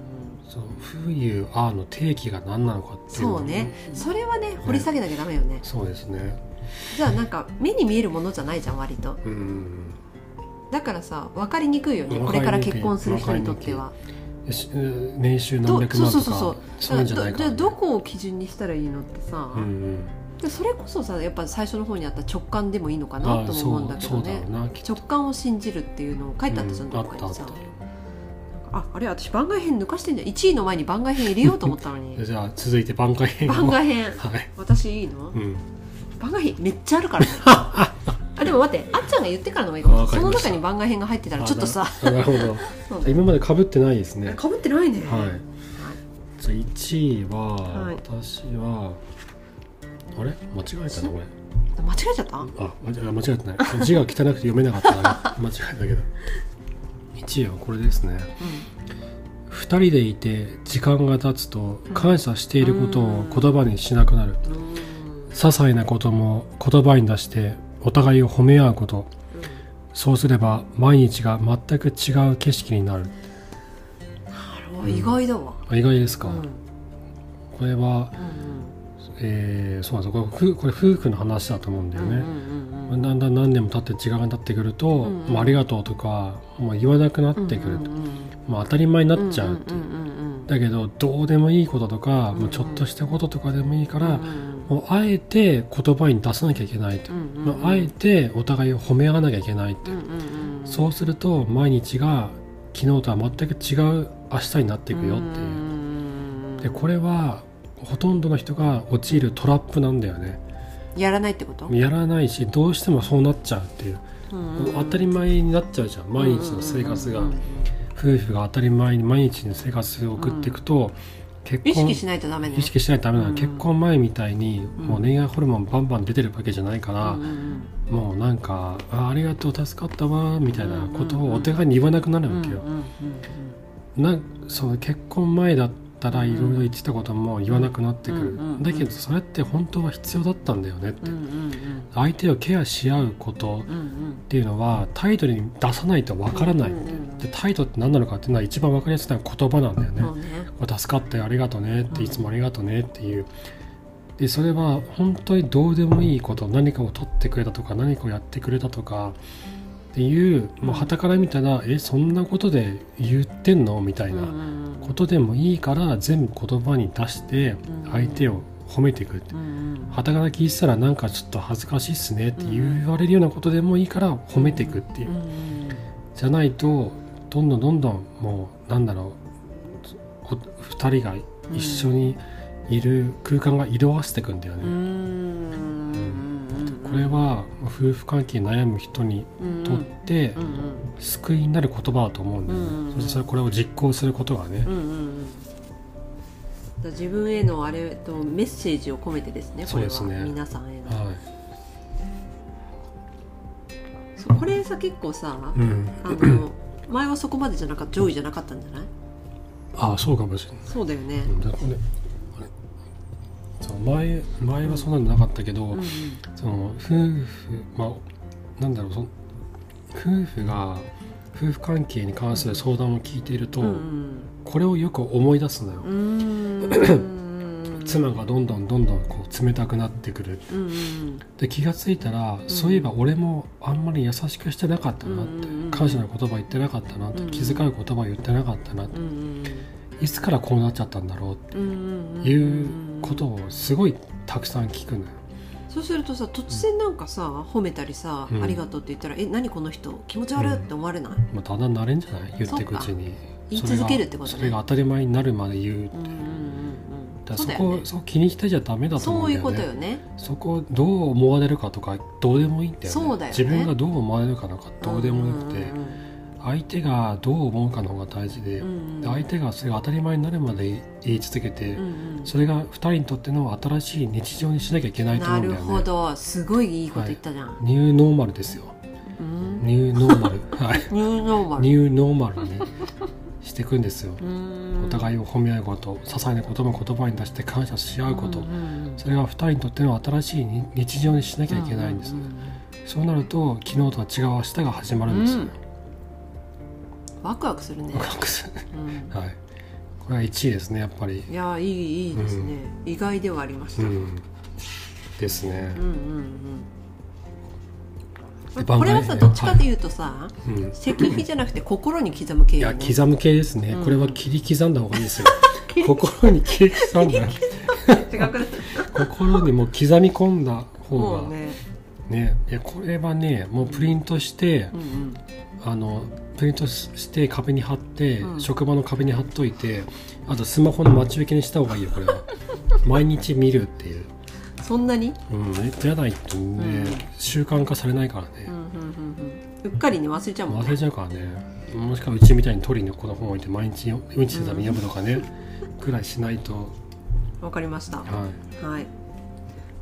Speaker 1: そう「Who You Are」の定義が何なのかっていうの
Speaker 2: そうねそれはね
Speaker 1: ん
Speaker 2: 掘り下げなきゃダメよね
Speaker 1: そうですね
Speaker 2: じゃあなんか目に見えるものじゃないじゃん割と
Speaker 1: うん
Speaker 2: だからさ分かりにくいよね
Speaker 1: 分
Speaker 2: こ
Speaker 1: かりにくい
Speaker 2: れから結婚する人にとっては
Speaker 1: し年収
Speaker 2: ど
Speaker 1: 何百
Speaker 2: そう
Speaker 1: 万
Speaker 2: そ
Speaker 1: と
Speaker 2: うそうそ
Speaker 1: かそう
Speaker 2: う
Speaker 1: いうんじゃない
Speaker 2: だ
Speaker 1: か
Speaker 2: から
Speaker 1: ら
Speaker 2: ど
Speaker 1: ね
Speaker 2: どこを基準にしたらいいのってさ、
Speaker 1: うんうん
Speaker 2: でそれこそさやっぱ最初の方にあった直感でもいいのか
Speaker 1: あ
Speaker 2: な
Speaker 1: あ
Speaker 2: とも思うんだけど
Speaker 1: そうそうだ
Speaker 2: ね
Speaker 1: ろうなきっと
Speaker 2: 直感を信じるっていうのを書いてあったじゃん、
Speaker 1: うん
Speaker 2: ど
Speaker 1: あ
Speaker 2: っ
Speaker 1: っ
Speaker 2: か
Speaker 1: たあ
Speaker 2: に
Speaker 1: っ
Speaker 2: さ
Speaker 1: た
Speaker 2: ああれ私番外編抜かしてんじゃん1位の前に番外編入れようと思ったのに
Speaker 1: じゃあ続いて番外編を
Speaker 2: 番外
Speaker 1: *laughs*
Speaker 2: 編
Speaker 1: はい、
Speaker 2: 私いいの
Speaker 1: うん、
Speaker 2: 番外編めっちゃあ
Speaker 1: *laughs*
Speaker 2: るからねあでも待ってあっちゃんが言ってからの方がいいか
Speaker 1: あ
Speaker 2: も
Speaker 1: わか
Speaker 2: そ
Speaker 1: り
Speaker 2: の
Speaker 1: ました
Speaker 2: 中に番外編が入ってたらちょっとさ
Speaker 1: あなるほど
Speaker 2: そう
Speaker 1: 今までかぶってないですね
Speaker 2: かぶってないね
Speaker 1: はいじゃあ1位は、
Speaker 2: はい
Speaker 1: 私はあれ間違えたなこれ
Speaker 2: 間違えちゃった
Speaker 1: あ間間違えてない字が汚くて読めなかったな *laughs* 間違えたけど1位はこれですね2人でいて時間が経つと感謝していることを言葉にしなくなる
Speaker 2: うん
Speaker 1: 些細なことも言葉に出してお互いを褒め合うことそうすれば毎日が全く違う景色になる
Speaker 2: あれ意外だわ、
Speaker 1: あ意外です
Speaker 2: う
Speaker 1: か、
Speaker 2: んうん
Speaker 1: これは、えーそうなんですよこれ夫これ夫婦の話だと思うんだ
Speaker 2: う
Speaker 1: よ
Speaker 2: ん
Speaker 1: ね、
Speaker 2: うんうんうん
Speaker 1: だんだん何年も経って時間が経ってくると「
Speaker 2: んうん
Speaker 1: もうありがとう」とかもう言わなくなってくると、もう当たり前になっちゃうっていう、
Speaker 2: んんうんうん
Speaker 1: だけどどうでもいいこととか、
Speaker 2: うん
Speaker 1: もうちょっとしたこととかでもいいから、
Speaker 2: うん
Speaker 1: もうあえて言葉に出さなきゃいけないと
Speaker 2: う、んうん
Speaker 1: もうあえてお互いを褒め合わなきゃいけないって、
Speaker 2: うんうんうん
Speaker 1: そうすると毎日が昨日とは全く違う明日になっていくよっていう、
Speaker 2: うん
Speaker 1: でこれはほとんどの人が陥るトラップなんだよね
Speaker 2: やらないってこと、
Speaker 1: やらないしどうしてもそうなっちゃうっていう、
Speaker 2: うん
Speaker 1: もう当たり前になっちゃうじゃん毎日の生活が、夫婦が当たり前に毎日の生活を送っていくと、結婚
Speaker 2: 意識しないとダメね
Speaker 1: 意識しないとダメなの、
Speaker 2: うん
Speaker 1: 結婚前みたいに
Speaker 2: うん
Speaker 1: もう恋愛ホルモンバンバン出てるわけじゃないから、
Speaker 2: うんうん
Speaker 1: もうなんか「あありがとう助かったわ」みたいなことをお互いに言わなくな
Speaker 2: う
Speaker 1: る
Speaker 2: ん
Speaker 1: わけよ
Speaker 2: う、んうん
Speaker 1: なその結婚前だったらいろいろ言ってたことも言わなくなってくる、
Speaker 2: うんうんうん
Speaker 1: だけどそれって本当は必要だったんだよねって、
Speaker 2: うんうん
Speaker 1: 相手をケアし合うこと
Speaker 2: うんうんうん
Speaker 1: っていうのは態度に出さないとわからない、
Speaker 2: うんうん
Speaker 1: で態度って何なのかっていうのは一番わかりやすいのは言葉なんだよね、
Speaker 2: そうね
Speaker 1: これ助かったよありがとうねって
Speaker 2: うん
Speaker 1: いつもありがとうねっていうでそれは本当にどうでもいいこと何かを取ってくれたとか何かをやってくれたとかっていうはたから見たら「えそんなことで言ってんの?」みたい
Speaker 2: うんう
Speaker 1: なん
Speaker 2: うん
Speaker 1: ことでもいいから全部言葉に出して
Speaker 2: うん
Speaker 1: 相手を褒めていくって。
Speaker 2: うんうん
Speaker 1: はたから聞いてたらなんかちょっと恥ずかしいっすねって言われるようなことでもいいから褒めていくっていう
Speaker 2: うんうん
Speaker 1: じゃないとどんどんどんどんもうなんだろうこ2人が一緒にいる空間が色あせてくんだよ
Speaker 2: う
Speaker 1: ね、
Speaker 2: んうん
Speaker 1: これは夫婦関係に悩む人に
Speaker 2: うん
Speaker 1: とって
Speaker 2: うん
Speaker 1: 救いになる言葉だと思うんだよね、
Speaker 2: うん
Speaker 1: そしてそれこれを実行することがね
Speaker 2: うんう、んうんうんだから自分へのあれとメッセージを込めてですねこれは
Speaker 1: そうですね
Speaker 2: 皆さんへの
Speaker 1: はい
Speaker 2: そうこれさ結構さ
Speaker 1: うん、
Speaker 2: あの前はそこまでじゃなかった上位じゃなかったんじゃない
Speaker 1: ああそうかもしれない
Speaker 2: そうだよね
Speaker 1: うんだからこれあれそう前前はそんなのなかったけど、
Speaker 2: うんうん
Speaker 1: その夫婦まあなんだろうその夫婦が夫婦関係に関する相談を聞いていると、
Speaker 2: うんうん
Speaker 1: これをよく思い出すのよ、 *coughs*
Speaker 2: うーん
Speaker 1: 妻がどんどんどんどんこう冷たくなってくる
Speaker 2: うんうん
Speaker 1: で気がついたら、そういえば俺もあんまり優しくしてなかったなって、
Speaker 2: うんうんうん
Speaker 1: 感謝の言葉言ってなかったなって、
Speaker 2: うんうん
Speaker 1: 気遣う言葉言ってなかったなって、
Speaker 2: うん
Speaker 1: いつからこうなっちゃったんだろうっ
Speaker 2: うんうんうん
Speaker 1: ていうことをすごいたくさん聞くのよ。
Speaker 2: そうするとさ突然なんかさ褒めたりさ、
Speaker 1: うん
Speaker 2: ありがとうって言ったら「え何この人気持ち悪い」って思われない、
Speaker 1: まあ、だんだん慣れんじゃない言っていくうちに
Speaker 2: 言い
Speaker 1: それが
Speaker 2: 続けるってことね
Speaker 1: それが当たり前になるまで言う、
Speaker 2: うんうんうんう
Speaker 1: だ
Speaker 2: ん、
Speaker 1: から
Speaker 2: そ
Speaker 1: そ
Speaker 2: うだ
Speaker 1: こ
Speaker 2: よ
Speaker 1: を
Speaker 2: ね
Speaker 1: そう気にしてちゃダメだと思
Speaker 2: そううんい
Speaker 1: だ
Speaker 2: うこ
Speaker 1: よ
Speaker 2: と
Speaker 1: ね
Speaker 2: よね
Speaker 1: そこをどう思われるかとかどうでもいいんだよね
Speaker 2: そうだよね
Speaker 1: 自分がどう思われるかなんかどうでもよくて、
Speaker 2: うんうん
Speaker 1: 相手がどう思うかの方が大事で、
Speaker 2: うん
Speaker 1: で相手がそれが当たり前になるまで言い続けて、
Speaker 2: うんうん
Speaker 1: それが2人にとっての新しい日常にしなきゃいけないと思
Speaker 2: な
Speaker 1: うんだよ
Speaker 2: る
Speaker 1: ね
Speaker 2: ほどすごいいいこと言ったじゃん、
Speaker 1: ニューノーマルですよ
Speaker 2: うん
Speaker 1: ニューノーマ
Speaker 2: *laughs*
Speaker 1: ルはい
Speaker 2: ニューノーマル
Speaker 1: ニューノーマルにねしていくんですよ
Speaker 2: うん
Speaker 1: お互いを褒め合うこと些細なことも言葉に出して感謝し合うこと、
Speaker 2: うんうんうん
Speaker 1: それが2人にとっての新しい日日常にしなきゃいけないんです、
Speaker 2: う
Speaker 1: ね
Speaker 2: う
Speaker 1: そうなると昨日とは違う明日が始まるんですよ、
Speaker 2: うんうんワクワクするね、
Speaker 1: ワクワクする *laughs*
Speaker 2: うん
Speaker 1: はいこれは1位ですねやっぱり
Speaker 2: いやいいいいですね、意外ではありまし
Speaker 1: う
Speaker 2: た、
Speaker 1: んですね
Speaker 2: うんうんうん
Speaker 1: で
Speaker 2: これはさどっちかというとさ、
Speaker 1: うん、い
Speaker 2: 石碑じゃなくて心に刻む系よ
Speaker 1: や
Speaker 2: ね
Speaker 1: 刻む系ですね、
Speaker 2: うん
Speaker 1: これは切り刻んだ方がいい
Speaker 2: *laughs*
Speaker 1: ですよ心に切り刻んだ
Speaker 2: 違くない
Speaker 1: 心にもう刻み込んだ方
Speaker 2: も
Speaker 1: が
Speaker 2: う
Speaker 1: ね
Speaker 2: ね、
Speaker 1: いやこれはねもうプリントして
Speaker 2: う、んうん、
Speaker 1: あのプリントしして壁に貼って、
Speaker 2: うん
Speaker 1: 職場の壁に貼っといてあとスマホの待ち受けにした方がいいよこれは *laughs* 毎日見るっていう、
Speaker 2: そんなに、
Speaker 1: うん、ネットやないとね、
Speaker 2: うん
Speaker 1: 習慣化されないから
Speaker 2: うん
Speaker 1: ね、
Speaker 2: うんうんうん、うっかりね忘れちゃうもん
Speaker 1: 忘
Speaker 2: ね
Speaker 1: れちゃうからねもしくはうちみたいに取りにこの本置いて毎日ようんちのために読むとかね、くらいしないと、
Speaker 2: わかりましたは
Speaker 1: はい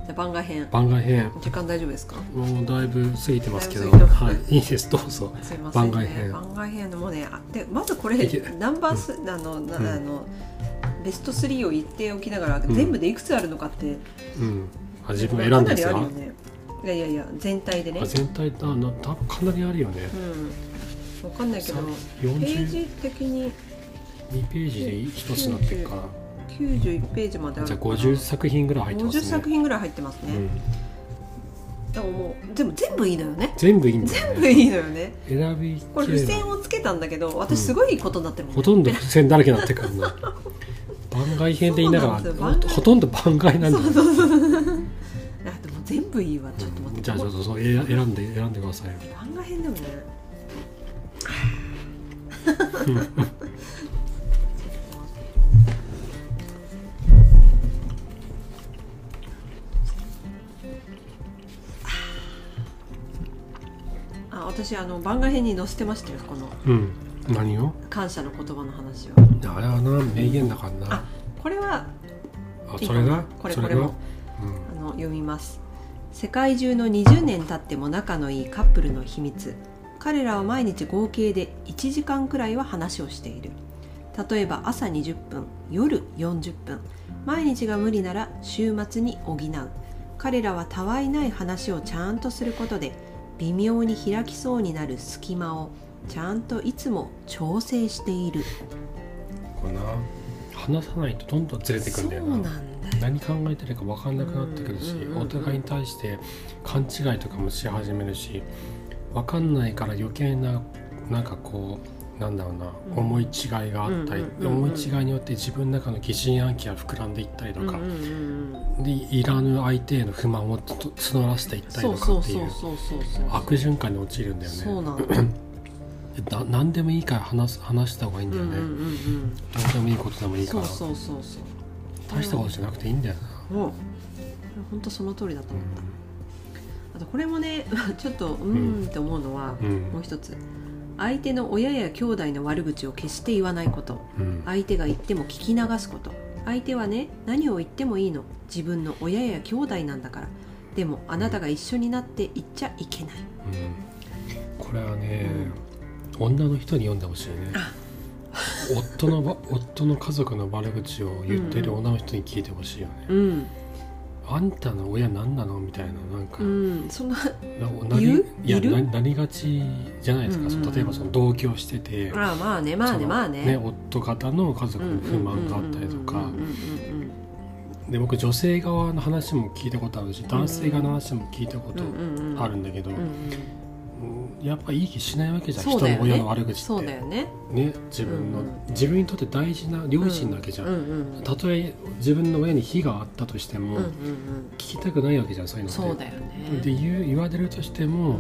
Speaker 2: じゃあ番外編
Speaker 1: い、番外編
Speaker 2: 時間大丈夫ですか
Speaker 1: もうだいぶ過ぎてますけど、
Speaker 2: だいぶ過ぎて
Speaker 1: は
Speaker 2: ます
Speaker 1: い、いいですどうぞ
Speaker 2: すいません
Speaker 1: 番
Speaker 2: ね
Speaker 1: 外編
Speaker 2: 番外編のもうねあでまずこれ
Speaker 1: いけ
Speaker 2: ナンバース、あのな、
Speaker 1: うん
Speaker 2: あのベスト3を言っておきながら、
Speaker 1: ん
Speaker 2: 全部でいくつあるのかって
Speaker 1: うんあ自分が選んだんです
Speaker 2: か
Speaker 1: が、
Speaker 2: なりあるよねいやいやいや全体でね
Speaker 1: あ全体だな多分かなりあるよね
Speaker 2: うんわかんないけど
Speaker 1: さ
Speaker 2: ペー
Speaker 1: 42
Speaker 2: ジ的に
Speaker 1: ページで一つになってるから
Speaker 2: 91ページまである
Speaker 1: じゃあ
Speaker 2: から
Speaker 1: 50作品ぐらい入ってます
Speaker 2: 50
Speaker 1: ね
Speaker 2: 作品ぐらい入ってますね、
Speaker 1: うん、
Speaker 2: でももうでも全部いいのよね
Speaker 1: 全部いいんだよ、ね、
Speaker 2: 全部いいのよね
Speaker 1: 選びき
Speaker 2: これ
Speaker 1: れ
Speaker 2: 付
Speaker 1: ない
Speaker 2: 箋をつけたんだけど私すごいいいことになってるもん、ね
Speaker 1: ほとんど付箋だらけになってくるな番外編で言いなが
Speaker 2: そう
Speaker 1: ら
Speaker 2: なんですよ番外
Speaker 1: ほとんど番外なんだよ、
Speaker 2: *laughs* あでも全部いいわちょっと待って、
Speaker 1: じゃあちょっとそうえ選んで選んでくださいよ
Speaker 2: 漫画編でもね *laughs* あ私あの番外編に載せてましたよこの
Speaker 1: うん何を
Speaker 2: 感謝の言葉の話を
Speaker 1: あれはな名言だからな
Speaker 2: あこれは
Speaker 1: あそれが
Speaker 2: これ
Speaker 1: それ
Speaker 2: これ
Speaker 1: が
Speaker 2: もあの読みます世界中の20年経っても仲のいいカップルの秘密彼らは毎日合計で1時間くらいは話をしている例えば朝20分夜40分毎日が無理なら週末に補う彼らはたわいない話をちゃんとすることで微妙に開きそうになる隙間をちゃんといつも調整している
Speaker 1: これな話さないとどんどんずれてくんだよ
Speaker 2: そう
Speaker 1: な
Speaker 2: なんだよ
Speaker 1: 何考えてるか分かんなくなってくるし、
Speaker 2: うんうんうんうん
Speaker 1: お互いに対して勘違いとかもし始めるし分かんないから余計ななんかこうなんだろうな、
Speaker 2: うん
Speaker 1: 思い違いがあったり、
Speaker 2: うんうんうんうん
Speaker 1: 思い違いによって自分の中の疑心暗鬼が膨らんでいったりとか
Speaker 2: うん、うんうんうん
Speaker 1: でいらぬ相手への不満をつ募らせていったり
Speaker 2: そ
Speaker 1: と
Speaker 2: うそ
Speaker 1: か
Speaker 2: う
Speaker 1: ってい
Speaker 2: そう
Speaker 1: う
Speaker 2: そうそうそう
Speaker 1: 悪循環に陥るんだよ
Speaker 2: そう
Speaker 1: ね。
Speaker 2: なんだよね。
Speaker 1: な何でもいいから話す話した方がいいん
Speaker 2: うん
Speaker 1: だ
Speaker 2: う
Speaker 1: よ
Speaker 2: んう
Speaker 1: ね、
Speaker 2: ん
Speaker 1: 何でもいいことでも
Speaker 2: う
Speaker 1: い
Speaker 2: ん。
Speaker 1: いか
Speaker 2: そ
Speaker 1: ら
Speaker 2: うそうそうそう。
Speaker 1: 大したことじゃなくていいんだよな。
Speaker 2: もう本当その通りだと思った。あとこれもねちょっとうーんって思うのは
Speaker 1: う、ん
Speaker 2: もう一つ相手の親や兄弟の悪口を決して言わないこと
Speaker 1: うん
Speaker 2: 相手が言っても聞き流すこと相手はね何を言ってもいいの自分の親や兄弟なんだからでもあなたが一緒になって言っちゃいけない
Speaker 1: うんこれはね、女の人に読んでほしいね
Speaker 2: あ
Speaker 1: 夫のば *laughs* 夫の家族の悪口を言ってる女の人に聞いてほしいよね、
Speaker 2: うん
Speaker 1: あんたの親何なのみたいななんか、
Speaker 2: うんそんな
Speaker 1: ななり
Speaker 2: 言う
Speaker 1: いや
Speaker 2: いる
Speaker 1: ななりがちじゃないですか、
Speaker 2: うんうんうん
Speaker 1: 例えばその同居してて、
Speaker 2: ああまあねまあ
Speaker 1: そ
Speaker 2: ね
Speaker 1: の
Speaker 2: まあね
Speaker 1: 夫方の家族に不満があったりとか
Speaker 2: うんうんうんうんうんうんうん
Speaker 1: で僕女性側の話も聞いたことあるし男性側の話も聞いたことあるんだけど、
Speaker 2: うんうん
Speaker 1: うんやっぱいい気しないわけじゃん、
Speaker 2: そう
Speaker 1: 人
Speaker 2: だよ
Speaker 1: の
Speaker 2: ね
Speaker 1: 親の悪口っ
Speaker 2: そうだ
Speaker 1: て、
Speaker 2: よね
Speaker 1: ね、自分の、
Speaker 2: うんうん
Speaker 1: 自分にとって大事な両親なわけじゃん、
Speaker 2: うんうん
Speaker 1: たとえ自分の親に非があったとして
Speaker 2: う
Speaker 1: も、
Speaker 2: んうんうん
Speaker 1: 聞きたくないわけじゃんそういうのって
Speaker 2: そうだよ
Speaker 1: で
Speaker 2: ね
Speaker 1: 言う言われるとしても、
Speaker 2: うん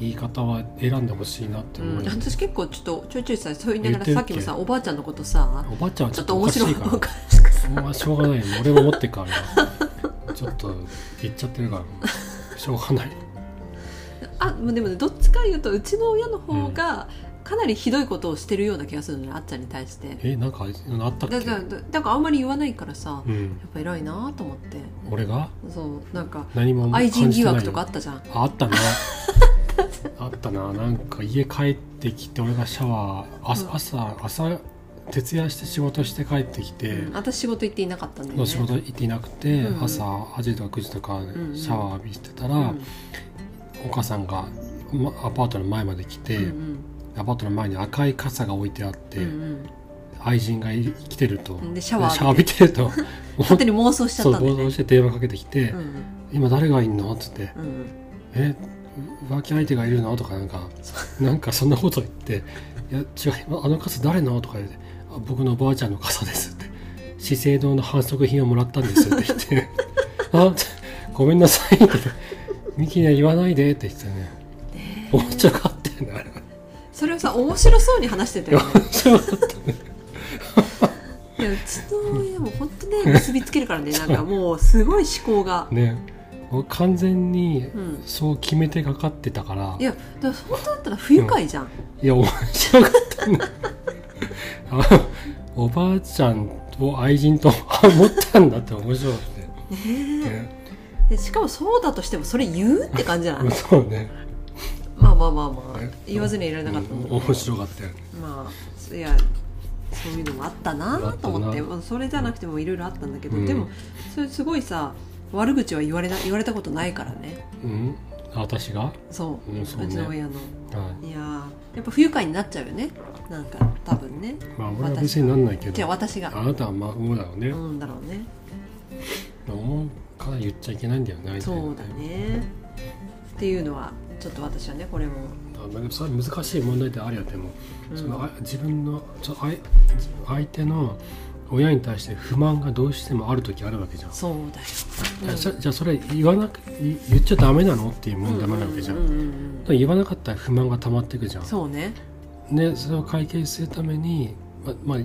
Speaker 1: 言い方は選んでほしいなって思うよ、
Speaker 2: 私結構ちょっとちょいちょいさそう言いなが
Speaker 1: 言ってる
Speaker 2: らさ
Speaker 1: っ
Speaker 2: っ
Speaker 1: け
Speaker 2: きもさおばあちゃんのことさ
Speaker 1: おばあちゃんは
Speaker 2: ち
Speaker 1: ちょ
Speaker 2: ょ
Speaker 1: っ
Speaker 2: っと
Speaker 1: とお
Speaker 2: 面
Speaker 1: かし
Speaker 2: 白い
Speaker 1: いから
Speaker 2: おかしくさ
Speaker 1: まあしょうがないよ俺も持ってっから *laughs* ちょっと言っちゃってるからしょうがない
Speaker 2: あでもねどっちかいうとうちの親の方がかなりひどいことをしてるような気がするのねあっちゃんに対して
Speaker 1: えなんかあったっ
Speaker 2: だ
Speaker 1: け
Speaker 2: だだだからあんまり言わないからさ
Speaker 1: うん
Speaker 2: やっぱ偉いなと思って
Speaker 1: 俺が
Speaker 2: そうなんか
Speaker 1: 何も感
Speaker 2: 愛
Speaker 1: じてな
Speaker 2: 人
Speaker 1: い
Speaker 2: 疑惑とかあったじゃん
Speaker 1: ああったな *laughs* あったななんか家帰ってきて俺がシャワー朝、
Speaker 2: うん
Speaker 1: 朝朝徹夜して仕事して帰ってきて、
Speaker 2: うん私仕事行っていなかったんだよね
Speaker 1: の仕事行っていなくて、
Speaker 2: うん
Speaker 1: 朝8時とか9時とか
Speaker 2: んうん
Speaker 1: シャワー浴びしてたら、
Speaker 2: うん
Speaker 1: お母さんが、ま、アパートの前まで来て、
Speaker 2: うん
Speaker 1: アパートの前に赤い傘が置いてあって、
Speaker 2: うんうん
Speaker 1: 愛人がい来てると、
Speaker 2: うんでシャワー
Speaker 1: 浴びてると
Speaker 2: 勝 *laughs* 手に妄想しちゃ
Speaker 1: そ
Speaker 2: っ
Speaker 1: う
Speaker 2: たんだ
Speaker 1: 暴
Speaker 2: よね
Speaker 1: 走して電話かけてきて「
Speaker 2: うん
Speaker 1: 今誰がいんの?」っつって
Speaker 2: うんうん
Speaker 1: 「え浮気相手がいるの?」とかなんかなんかそんなこと言って「いや違うあの傘誰の?」とか言ってあ「僕のおばあちゃんの傘です」って「資生堂の反則品をもらったんです」って言って「あごめんなさい」って言って「ミキには言わないで」って言ってたね面白かったよねあれは *laughs*
Speaker 2: それをさ面白そうに話してたよね
Speaker 1: 面白かった
Speaker 2: *laughs* いやうちの親も本当ね結びつけるからねなんかもうすごい思考が
Speaker 1: ね僕完全に
Speaker 2: うん
Speaker 1: そう決めてかかってたから、
Speaker 2: いやだから本当だったら不愉快じゃん、
Speaker 1: いや面白かった *laughs* ねあのおばあちゃんと愛人と思ったんだって面白くて、ね
Speaker 2: でしかもそうだとしてもそれ言うって感じじゃない
Speaker 1: そうね
Speaker 2: まあまあまあまあ
Speaker 1: ね
Speaker 2: 言わずにはいられなかったもん
Speaker 1: うん面白かったよね
Speaker 2: まあいやそういうのもあったなと思って
Speaker 1: あった
Speaker 2: それじゃなくてもいろいろあったんだけど、
Speaker 1: うん
Speaker 2: でもそれすごいさ悪口は言われな言われたことないからね
Speaker 1: うんあ私が、は
Speaker 2: そう,、
Speaker 1: うんそうね
Speaker 2: ちの親の
Speaker 1: い
Speaker 2: いやーやっぱ不愉快になっちゃうよねなんか多分ね
Speaker 1: まあ、俺は別になんないけ
Speaker 2: じゃあ
Speaker 1: ど
Speaker 2: 私
Speaker 1: あ
Speaker 2: が
Speaker 1: なたは孫だよね、
Speaker 2: うんだろうね
Speaker 1: 思うから言っちゃいけないんだよね
Speaker 2: そうだねっていうのはちょっと私はねこれも
Speaker 1: あまあでもそれは難しい問題であるよでも、
Speaker 2: うん
Speaker 1: そのあ自分のそ相相手の親に対して不満がどうしてもある時あるわけじゃん、
Speaker 2: そうだよ、
Speaker 1: そじゃあそれ言わなくい言っちゃダメなのっていう問題もあるわけじゃん,、
Speaker 2: うんうんうんうん
Speaker 1: 言わなかったら不満が溜まっていくじゃん
Speaker 2: そうね
Speaker 1: でそれを解決するためにままあ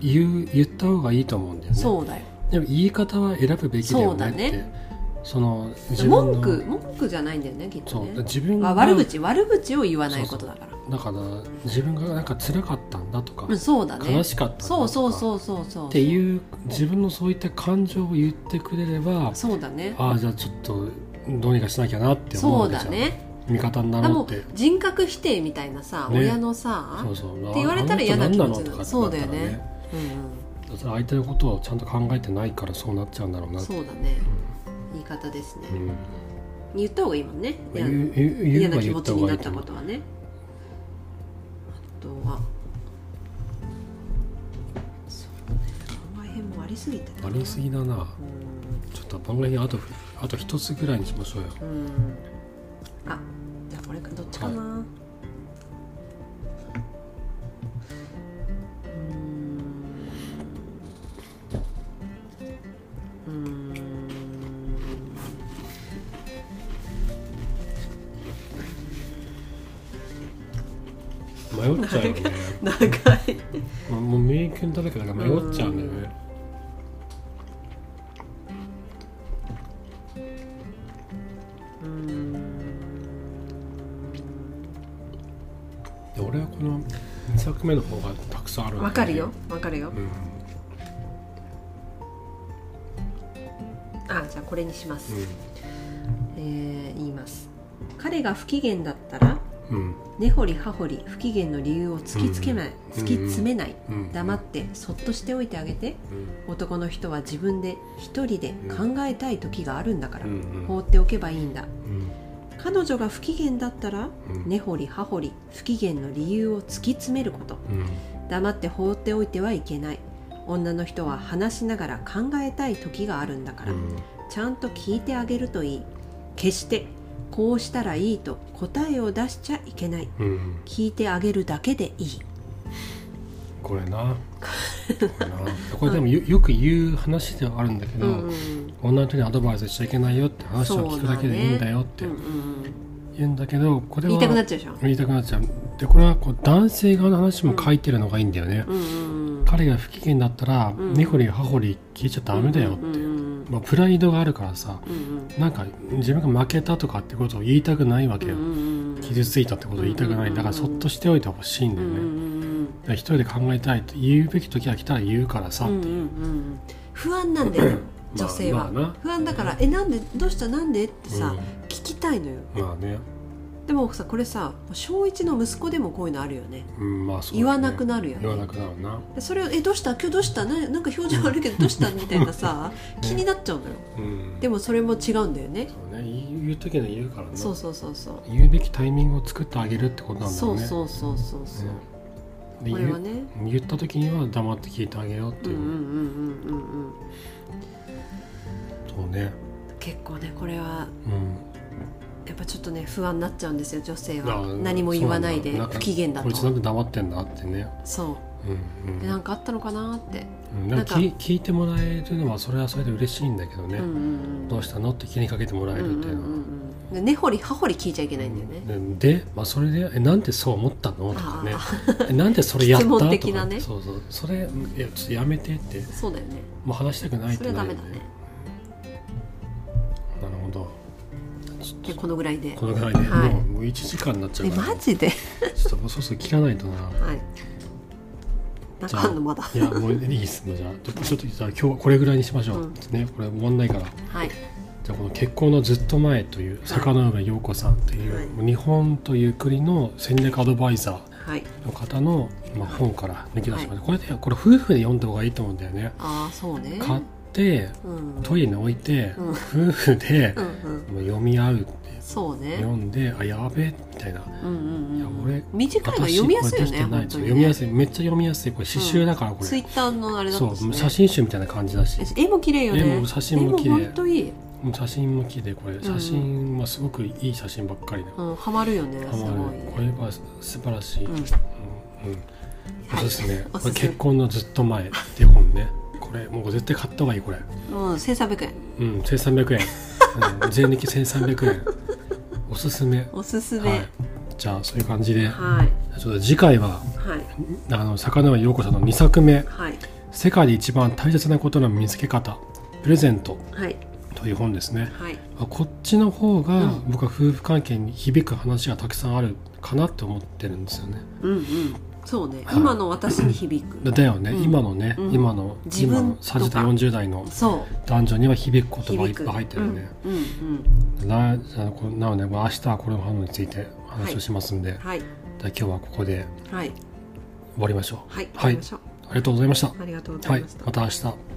Speaker 1: 言う言った方がいいと思うんだよね
Speaker 2: そうだよ
Speaker 1: でも言い方は選ぶべきだよ
Speaker 2: そうだ
Speaker 1: ねって
Speaker 2: ね
Speaker 1: その自分の
Speaker 2: 文句文句じゃないんだよねきっ
Speaker 1: そ
Speaker 2: と
Speaker 1: うだから
Speaker 2: ね
Speaker 1: 自分
Speaker 2: ま
Speaker 1: が
Speaker 2: あ悪口悪口を言わないことだからそう
Speaker 1: だから自分がなんか辛かったんだとか、
Speaker 2: ん、そうだね
Speaker 1: 悲しかったんだとか
Speaker 2: そうそうそうそうそう
Speaker 1: っていう自分のそういった感情を言ってくれれば
Speaker 2: そうだね
Speaker 1: ああじゃあちょっとどうにかしなきゃなって思う
Speaker 2: そ
Speaker 1: わ
Speaker 2: う
Speaker 1: け
Speaker 2: だ
Speaker 1: じゃん、
Speaker 2: ね
Speaker 1: 味方にな
Speaker 2: で
Speaker 1: ろう
Speaker 2: も
Speaker 1: って
Speaker 2: 人格否定みたいなさ、
Speaker 1: ね
Speaker 2: 親のさ
Speaker 1: そうそう
Speaker 2: って言われたら嫌な気持ち
Speaker 1: ああの人何なの
Speaker 2: に
Speaker 1: とか
Speaker 2: な
Speaker 1: っ
Speaker 2: る
Speaker 1: て
Speaker 2: そうだよ
Speaker 1: なった
Speaker 2: ね
Speaker 1: ら
Speaker 2: うん
Speaker 1: それ相手のことをちゃんと考えてないからそうなっちゃうんだろう
Speaker 2: う、
Speaker 1: なん
Speaker 2: そうだね言い方ですね、
Speaker 1: うん
Speaker 2: 言った方がいいもんね嫌
Speaker 1: 言う言う言
Speaker 2: 嫌
Speaker 1: う
Speaker 2: な
Speaker 1: は
Speaker 2: 気
Speaker 1: 言
Speaker 2: 持
Speaker 1: っ
Speaker 2: ち
Speaker 1: た
Speaker 2: に
Speaker 1: 方が
Speaker 2: ないっ
Speaker 1: いと
Speaker 2: た
Speaker 1: 思
Speaker 2: こ
Speaker 1: う
Speaker 2: とはねあとはそうね番外編もありすぎて
Speaker 1: ありすぎだなちょっと番組あとあと一つぐらいにしましょうよ
Speaker 2: うんうんあじゃあこれかどっちかな、うんうん
Speaker 1: 迷っちゃうよね
Speaker 2: 長
Speaker 1: *laughs*
Speaker 2: い
Speaker 1: もうもう名犬だらけだから迷っちゃうんだよねで俺はこの2作目の方がたくさんあるんだね
Speaker 2: わかるよわかるよ
Speaker 1: うん
Speaker 2: あじゃあこれにします、
Speaker 1: う
Speaker 2: えー言います彼が不機嫌だったら
Speaker 1: んうん
Speaker 2: 根掘り葉掘り不機嫌の理由を突きつけない、
Speaker 1: うん
Speaker 2: 突き詰めない、
Speaker 1: うん
Speaker 2: 黙ってそっとしておいてあげて
Speaker 1: うん
Speaker 2: 男の人は自分で一人で考えたい時があるんだから、
Speaker 1: うんうん
Speaker 2: 放っておけばいいんだ
Speaker 1: うん
Speaker 2: 彼女が不機嫌だったら
Speaker 1: うん
Speaker 2: 根掘り葉掘り不機嫌の理由を突き詰めること
Speaker 1: うん
Speaker 2: 黙って放っておいてはいけない女の人は話しながら考えたい時があるんだから、
Speaker 1: うん
Speaker 2: ちゃんと聞いてあげるといい決してこうしたらいいと答えを出しちゃいけない
Speaker 1: うん
Speaker 2: 聞いてあげるだけでいい
Speaker 1: こ
Speaker 2: *laughs*
Speaker 1: れなこれなこれでもよよく言う話ではあるんだけど、
Speaker 2: うんうん
Speaker 1: 女の人にアドバイスしちゃいけないよって話を聞くだけでいいんだよって
Speaker 2: うんうん
Speaker 1: 言うんだけどこれは
Speaker 2: 言いたくなっちゃうでしょ
Speaker 1: 言いたくなっちゃうでこれはこう男性側の話も書いてるのがいいんだよね、
Speaker 2: うんうんうん
Speaker 1: 彼が不機嫌だったら
Speaker 2: うん
Speaker 1: 根掘、り葉掘り聞いちゃダメだよ、
Speaker 2: うんうん
Speaker 1: まあ、プライドがあるからさ
Speaker 2: うんうん
Speaker 1: なんか自分が負けたとかってことを言いたくないわ
Speaker 2: う
Speaker 1: け
Speaker 2: んう
Speaker 1: よ、
Speaker 2: んうん
Speaker 1: 傷ついたってことを言いたくないだからそっとしておいてほしいんだよね、
Speaker 2: うんうんうん
Speaker 1: だから一人で考えたいと言うべき時が来たら言うからさ、
Speaker 2: うんうんうん不安なんだよ女性は、
Speaker 1: まあまあな
Speaker 2: 不安だから「えなんでどうしたなんで?」ってさ、
Speaker 1: う
Speaker 2: 聞きたいのよ
Speaker 1: んまあね、
Speaker 2: でもさこれさ小一の息子でもこういうのあるよね
Speaker 1: うん、まあそう、ね、
Speaker 2: 言わなくなるよね
Speaker 1: 言わなくなるな、
Speaker 2: でそれを「えどうした今日どうしたななんか表情悪いけどどうした?」みたいなさ気になっちゃうのよ
Speaker 1: うん、
Speaker 2: でもそれも違うんだよね
Speaker 1: そうね言う言う時には言うからな
Speaker 2: そうそうそうそう
Speaker 1: 言うべきタイミングを作ってあげるってことなんだよね
Speaker 2: そうそうそうそうそう
Speaker 1: ねで
Speaker 2: これはね
Speaker 1: 言う言った時には黙って聞いてあげようって
Speaker 2: うん
Speaker 1: い
Speaker 2: うん
Speaker 1: う、
Speaker 2: うんうんうんうん
Speaker 1: そうね
Speaker 2: 結構ねこれは
Speaker 1: うん
Speaker 2: やっぱちょっとね不安になっちゃうんですよ女性
Speaker 1: あ
Speaker 2: は何も言わないで
Speaker 1: そうなんだ
Speaker 2: 不機嫌だ
Speaker 1: こいつな
Speaker 2: と
Speaker 1: んか黙ってんだってね
Speaker 2: そう
Speaker 1: うんうん
Speaker 2: でなんかあったのかなって、
Speaker 1: うんでも
Speaker 2: なんか
Speaker 1: 聞い聞いてもらえるのはそれはそれで嬉しいんだけどね、
Speaker 2: うんうん
Speaker 1: どうしたのって気にかけてもらえ
Speaker 2: うんう
Speaker 1: る
Speaker 2: ん
Speaker 1: っていううのは、
Speaker 2: んうんで根掘り葉掘り聞いちゃいけないんだよね、
Speaker 1: で、まあ、それで「えなんでそう思ったの?」とかね
Speaker 2: あ
Speaker 1: 「えなんでそれやった?」
Speaker 2: 質
Speaker 1: と
Speaker 2: 問
Speaker 1: か、
Speaker 2: 的なね
Speaker 1: そうそうそれいやちょっとやめてって
Speaker 2: そうだよね
Speaker 1: もう話したくないっ
Speaker 2: それ
Speaker 1: て
Speaker 2: は
Speaker 1: な
Speaker 2: ダ
Speaker 1: る
Speaker 2: メ
Speaker 1: ん
Speaker 2: だ
Speaker 1: で
Speaker 2: ね
Speaker 1: なるほどちょっ
Speaker 2: でこのぐらいで
Speaker 1: とこのぐらいで、
Speaker 2: はい
Speaker 1: もうもう1時間になっちゃう
Speaker 2: え
Speaker 1: から、
Speaker 2: マジで
Speaker 1: ちょっともうそろそろ切らないとな
Speaker 2: はいなんかあんのまだ
Speaker 1: いやもういいっすねじゃあちょっとちょっとじゃあ今日はこれぐらいにしましょう、
Speaker 2: うん
Speaker 1: ねこれ終わんないから
Speaker 2: はい
Speaker 1: じゃあこの結婚のずっと前という坂之上陽子さんという、
Speaker 2: はい
Speaker 1: もう日本という国の戦略アドバイザ
Speaker 2: はい
Speaker 1: ーの方の、まあ、本から抜き出しました、これでこれ夫婦で読んだ方がいいと思うんだよね
Speaker 2: ああそうね
Speaker 1: 買って
Speaker 2: うん
Speaker 1: トイレに置いて、
Speaker 2: うん
Speaker 1: 夫婦で
Speaker 2: う、んうん
Speaker 1: もう読み合うって
Speaker 2: そうね
Speaker 1: 読んであやべえみたいな
Speaker 2: うんうんうん
Speaker 1: いや
Speaker 2: 短いの読みやすい
Speaker 1: 私これで
Speaker 2: よね本
Speaker 1: きて
Speaker 2: 当
Speaker 1: ない
Speaker 2: にね
Speaker 1: 読みやすいめっちゃ読みやすいこれ刺繍だからこれ、
Speaker 2: ツイッターのあれだったし、
Speaker 1: そう
Speaker 2: ね、
Speaker 1: 写真集みたいな感じだし
Speaker 2: え絵も綺麗よね
Speaker 1: 絵も写真も綺麗
Speaker 2: 絵本当いい、
Speaker 1: 写真も綺麗これ写真はすごくいい写真ばっかりで、
Speaker 2: うん、ハマるよねす
Speaker 1: ハマ
Speaker 2: ご
Speaker 1: る
Speaker 2: い
Speaker 1: これは素晴らしい、うん
Speaker 2: う
Speaker 1: うん
Speaker 2: ん
Speaker 1: おすすめ,、
Speaker 2: *laughs* おすすめ
Speaker 1: 結婚のずっと前っていう本ねこれもう絶対買った方がいいこれ
Speaker 2: もう1300円
Speaker 1: うん1300円、うん、税抜き1300円おすすめ
Speaker 2: おすすめ
Speaker 1: はいじゃあそういう感じで
Speaker 2: はい
Speaker 1: ちょっと次回は
Speaker 2: はい
Speaker 1: あの坂上陽子さんの2作目
Speaker 2: はい
Speaker 1: 「世界で一番大切なことの見つけ方プレゼント
Speaker 2: はい」
Speaker 1: という本ですね
Speaker 2: はい
Speaker 1: あこっちの方が
Speaker 2: うん
Speaker 1: 僕は夫婦関係に響く話がたくさんあるかなって思ってるんですよね。
Speaker 2: うんうんそうね、
Speaker 1: はい
Speaker 2: 今の私に響
Speaker 1: *laughs*
Speaker 2: く
Speaker 1: だだよね、
Speaker 2: うん
Speaker 1: 今のね、
Speaker 2: うん
Speaker 1: 今の
Speaker 2: 自分
Speaker 1: 今の
Speaker 2: とか
Speaker 1: 30代40代の
Speaker 2: そ
Speaker 1: 男女には響く
Speaker 2: う
Speaker 1: 言葉がい
Speaker 2: 響
Speaker 1: っ
Speaker 2: く
Speaker 1: ぱい入ってるね。
Speaker 2: うんうんうん
Speaker 1: なあのこなので、まあ、明日はこの本についてお話をしますんで、
Speaker 2: はい
Speaker 1: じゃあ今日はここで
Speaker 2: はい
Speaker 1: 終わりましょう。
Speaker 2: はい、
Speaker 1: は
Speaker 2: はいい、ましょう
Speaker 1: ありがとうございました。
Speaker 2: ありがとうござ
Speaker 1: はいい
Speaker 2: ました、、
Speaker 1: また明日。